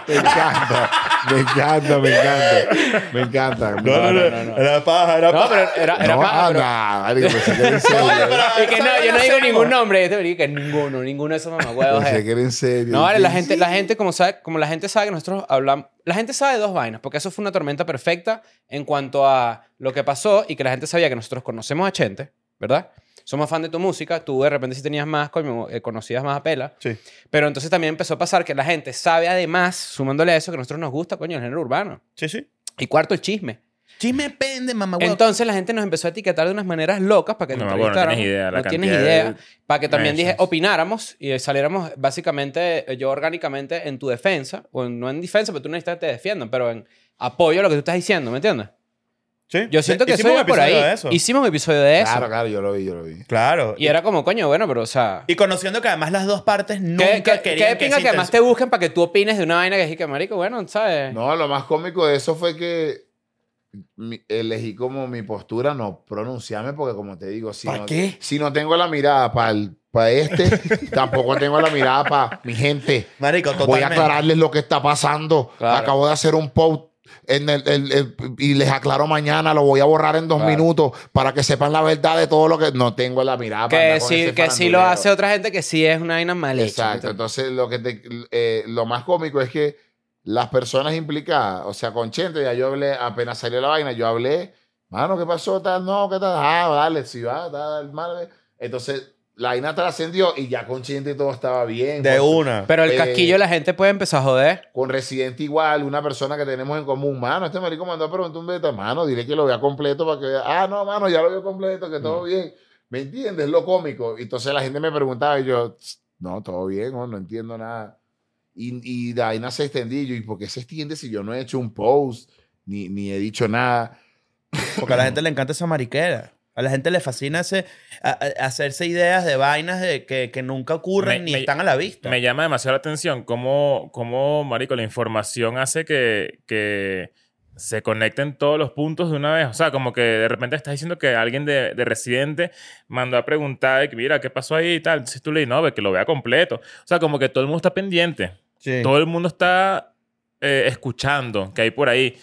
Me encanta, me encanta, me encanta. Me encanta.
no, no, no, Era paja, era
No,
paja.
pero era, era
No,
paja,
ah,
pero-
nah, marico, pensé que era en serio.
[laughs] Y que no, yo no digo ningún nombre. Y Este me dijo que ninguno, ninguno de esos mamagüeos.
Pensé
es.
que era en serio.
No, vale, la gente, la gente como, sabe, como la gente sabe que nosotros hablamos... La gente sabe dos vainas, porque eso fue una tormenta perfecta en cuanto a lo que pasó y que la gente sabía que nosotros conocemos a Chente, ¿verdad? Somos fan de tu música, tú de repente sí tenías más, coño, eh, conocías más a Pela.
Sí.
Pero entonces también empezó a pasar que la gente sabe además, sumándole a eso, que a nosotros nos gusta, coño, el género urbano.
Sí, sí.
Y cuarto, el chisme.
Chisme pende, mamá huevo.
Entonces la gente nos empezó a etiquetar de unas maneras locas para que
No,
nos
bueno, no
entrevistáramos.
tienes idea la
No tienes
cantidad de-
idea. Para que también dije,
mentions.
opináramos y saliéramos básicamente eh, yo orgánicamente en tu defensa, o en- no en defensa, pero tú necesitas que te defiendan, pero en apoyo a lo que tú estás diciendo, ¿me entiendes?
Sí.
Yo siento que
Hicimos
eso
un
iba por ahí.
episodio de eso.
Hicimos un episodio de eso.
Claro, claro, yo lo vi, yo lo vi.
Claro.
Y era como, coño, bueno, pero o sea...
Y conociendo que además las dos partes
¿Qué,
nunca
qué, qué
querían
de pinga
esa
que además te
intención-
busquen para que tú opines de una vaina que dije que, marico, bueno, [laughs] ¿sabes?
No, lo más cómico de eso fue que mi- elegí como mi postura no pronunciarme porque como te digo, si,
¿Pa'
no,
qué?
si no tengo la mirada para pa este,
[laughs]
tampoco tengo la mirada para mi gente.
Marico, totalmente.
Voy a aclararles lo que está pasando.
Claro.
Acabo de hacer un post en el- el- el- y les aclaro mañana. Lo voy a borrar en dos
Claro.
minutos para que sepan la verdad de todo lo que no tengo la mirada. para
Que
andar con
sí,
ese
que sí lo
faranduleo.
hace otra gente que sí es una vaina mal hecha.
Exacto.
¿entiendes?
Entonces, lo, que te- eh, lo más cómico es que las personas implicadas, o sea, con Chente, ya yo hablé, apenas salió la vaina, yo hablé, mano, ¿qué pasó? Tal, no, ¿qué tal? Ah, vale, sí, va, tal, madre. Entonces, la vaina trascendió y ya con Chente todo estaba bien.
De
Con-
una.
Pero el
Eh,
casquillo la gente puede empezar a joder.
con Residente igual, una persona que tenemos en común, mano, este marico mandó a preguntar un beta, mano, dile que lo vea completo para que vea, ah, no, mano, ya lo veo completo, que
Mm.
todo bien, ¿me entiendes? Lo cómico. Y entonces la gente me preguntaba y yo, no, todo bien, oh, no entiendo nada. Y, y la vaina se extendía este y yo, ¿y por qué se extiende si yo no he hecho un post, ni, ni he dicho nada?
Porque a la gente le encanta esa mariquera. A la gente le fascina ese- a- a- hacerse ideas de vainas de que, que nunca ocurren
Me-
ni
me-
están a la vista.
Me llama demasiado la atención cómo, cómo, marico, la información hace que, que se conecten todos los puntos de una vez. O sea, como que de repente estás diciendo que alguien de, de residente mandó a preguntar de que, mira, ¿qué pasó ahí y tal? Entonces tú le dices, no, ve, que lo vea completo. O sea, como que todo el mundo está pendiente.
Sí.
Todo el mundo está eh, escuchando que hay por ahí.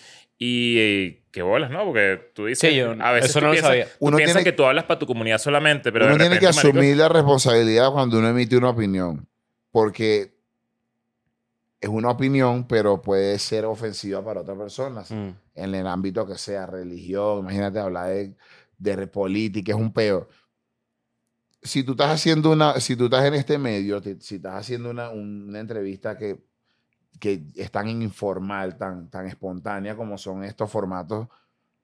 Y eh, qué bolas, ¿no? Porque tú dices...
Sí, yo-
a veces
eso
tú
no lo
piensas,
sabía.
tú
Uno
piensas
tiene-
que tú hablas para tu comunidad solamente, pero de
uno tiene que
repente, marico,
asumir la responsabilidad cuando uno emite una opinión, porque es una opinión, pero puede ser ofensiva para otra persona.
Mm.
en el ámbito que sea, religión, imagínate hablar de, de re- política, es un peo. Si tú estás haciendo una, si tú estás en este medio, te- si estás haciendo una, una entrevista que, que es tan informal, tan, tan espontánea como son estos formatos,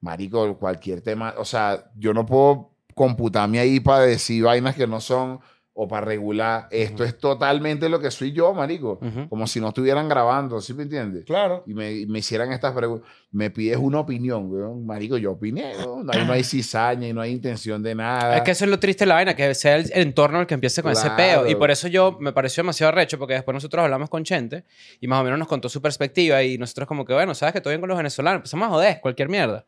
marico, cualquier tema, o sea, yo no puedo computarme ahí para decir vainas que no son o para regular. Esto es totalmente lo que soy yo, marico.
Ujú.
Como si no estuvieran grabando, ¿sí me entiendes?
Claro.
Y me, y me hicieran estas preguntas. Me pides una opinión, weón. Marico, yo opiné, weón. Ahí no
[clears throat]
hay cizaña y no hay intención de nada.
Es que eso es lo triste de la vaina, que sea el, el entorno el que empiece con ese
Claro.
peo. Y por eso yo me pareció demasiado recho, porque después nosotros hablamos con Chente y más o menos nos contó su perspectiva. Y nosotros, como que, bueno, sabes que todo bien con los venezolanos, empezamos a joder, cualquier mierda.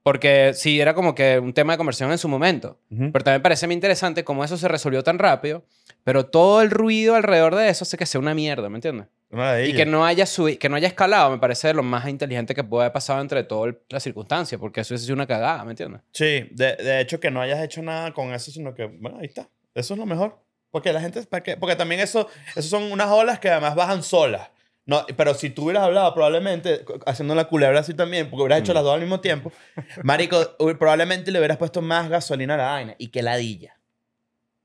Porque sí, era como que un tema de conversión en su momento. Pero también parece muy interesante cómo eso se resolvió tan rápido, pero todo el ruido alrededor de eso hace que sea una mierda, ¿me entiendes? Y que no haya subi- que no haya escalado, me parece lo más inteligente que puede haber pasado entre todas las circunstancias, porque eso es una cagada, ¿me entiendes?
Sí, de, de hecho que no hayas hecho nada con eso, sino que, bueno, ahí está. Eso es lo mejor. Porque la gente, ¿para qué? Porque también eso, eso son unas olas que además bajan solas. No, pero si tú hubieras hablado probablemente, co- haciendo la culebra así también, porque
Mm.
hubieras hecho las dos al mismo
[laughs]
tiempo, Marico, hu- probablemente le hubieras puesto más gasolina a la vaina. Y que ladilla.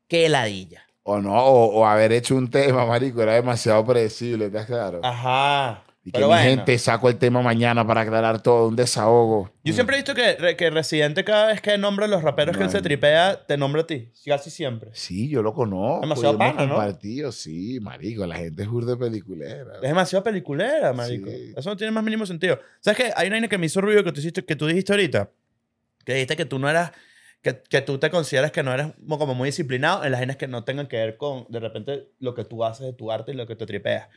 Que ladilla.
O no, o, o haber hecho un tema, [laughs] marico. Era demasiado predecible, ¿estás claro?
Ajá.
y que
Ah, Pero
mi
bueno.
gente saco el tema mañana para aclarar todo, un desahogo.
Yo siempre he visto que, re- que Residente cada vez que nombra a los raperos que él se
Bueno.
tripea, te nombra a ti. Casi siempre.
Sí, yo lo conozco.
Demasiado
yo hemos
pana, ¿no?
compartido, sí, marico. La gente esurde peliculera.
Es demasiado peliculera, marico.
Sí.
Eso no tiene más mínimo sentido. ¿Sabes qué? Hay una vaina que me hizo ruido que tú, hiciste, que tú dijiste ahorita. Que dijiste que tú no eras... Que, que tú te consideras que no eres mo- como muy disciplinado en las vainas que no tengan que ver con, de repente, lo que tú haces de tu arte y lo que te tripeas.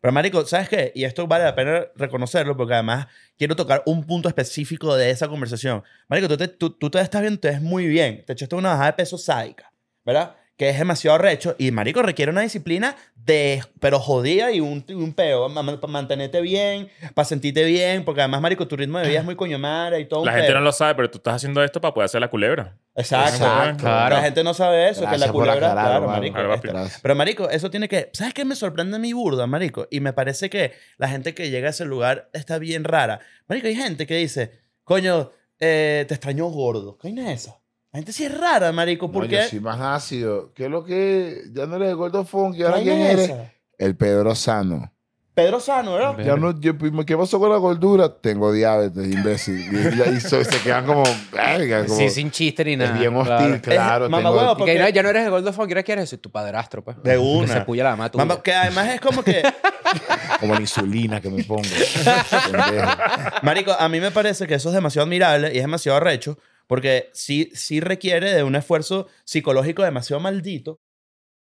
Pero, marico, ¿sabes qué? Y esto vale la pena reconocerlo porque además quiero tocar un punto específico de esa conversación. Marico, tú te, tú, tú te estás viendo, te ves muy bien. Te echaste una bajada de peso sádica, ¿verdad? Que es demasiado recho y, marico, requiere una disciplina de, pero jodida y un, y un peo. Para mantenerte bien, para sentirte bien, porque además, marico, tu ritmo de vida es muy coño madre y todo un
La gente
peo.
no lo sabe, pero tú estás haciendo esto para poder hacer la culebra.
Exacto. pues,
Exacto.
La gente no sabe eso, que la
Gracias por
culebra,
aclararlo,
claro,
mano.
marico.
Claro,
esto- pero, marico, eso tiene que... ¿Sabes qué me sorprende a mi burda, marico? Y me parece que la gente que llega a ese lugar está bien rara. Marico, hay gente que dice, coño, eh, te extrañó gordo. ¿Qué vaina es esa? La gente sí es rara, marico. ¿Por
No,
qué?
Yo soy más ácido. ¿Qué es lo que? Ya no eres el gordo funky.
¿Qué
¿Ahora
vaina
quién
es
eres?
esa?
El Pedro Sano.
Pedro Sano, ¿verdad?
Ya no, yo, ¿Qué pasó con la gordura? Tengo diabetes, imbécil. Y, y- y so- se quedan como... verga, como
Sí, sin chiste ni nada.
es bien
claro.
hostil, claro.
Es- mamá
tengo-
huevo,
Y que
Porque-
no- ya no eres el Goldo Funk, ahora quieres ser tu padrastro, pues.
De una.
Que se puya la mamá tuya.
Mamá, que además es como que...
como la insulina que me
[laughs]
pongo. Pendejo.
Marico, a mí me parece que eso es demasiado admirable y es demasiado arrecho porque sí, sí requiere de un esfuerzo psicológico demasiado maldito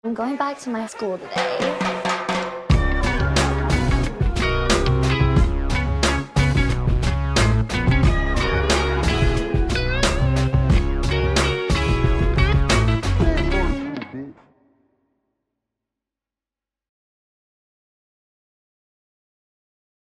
I'm going back to my school today.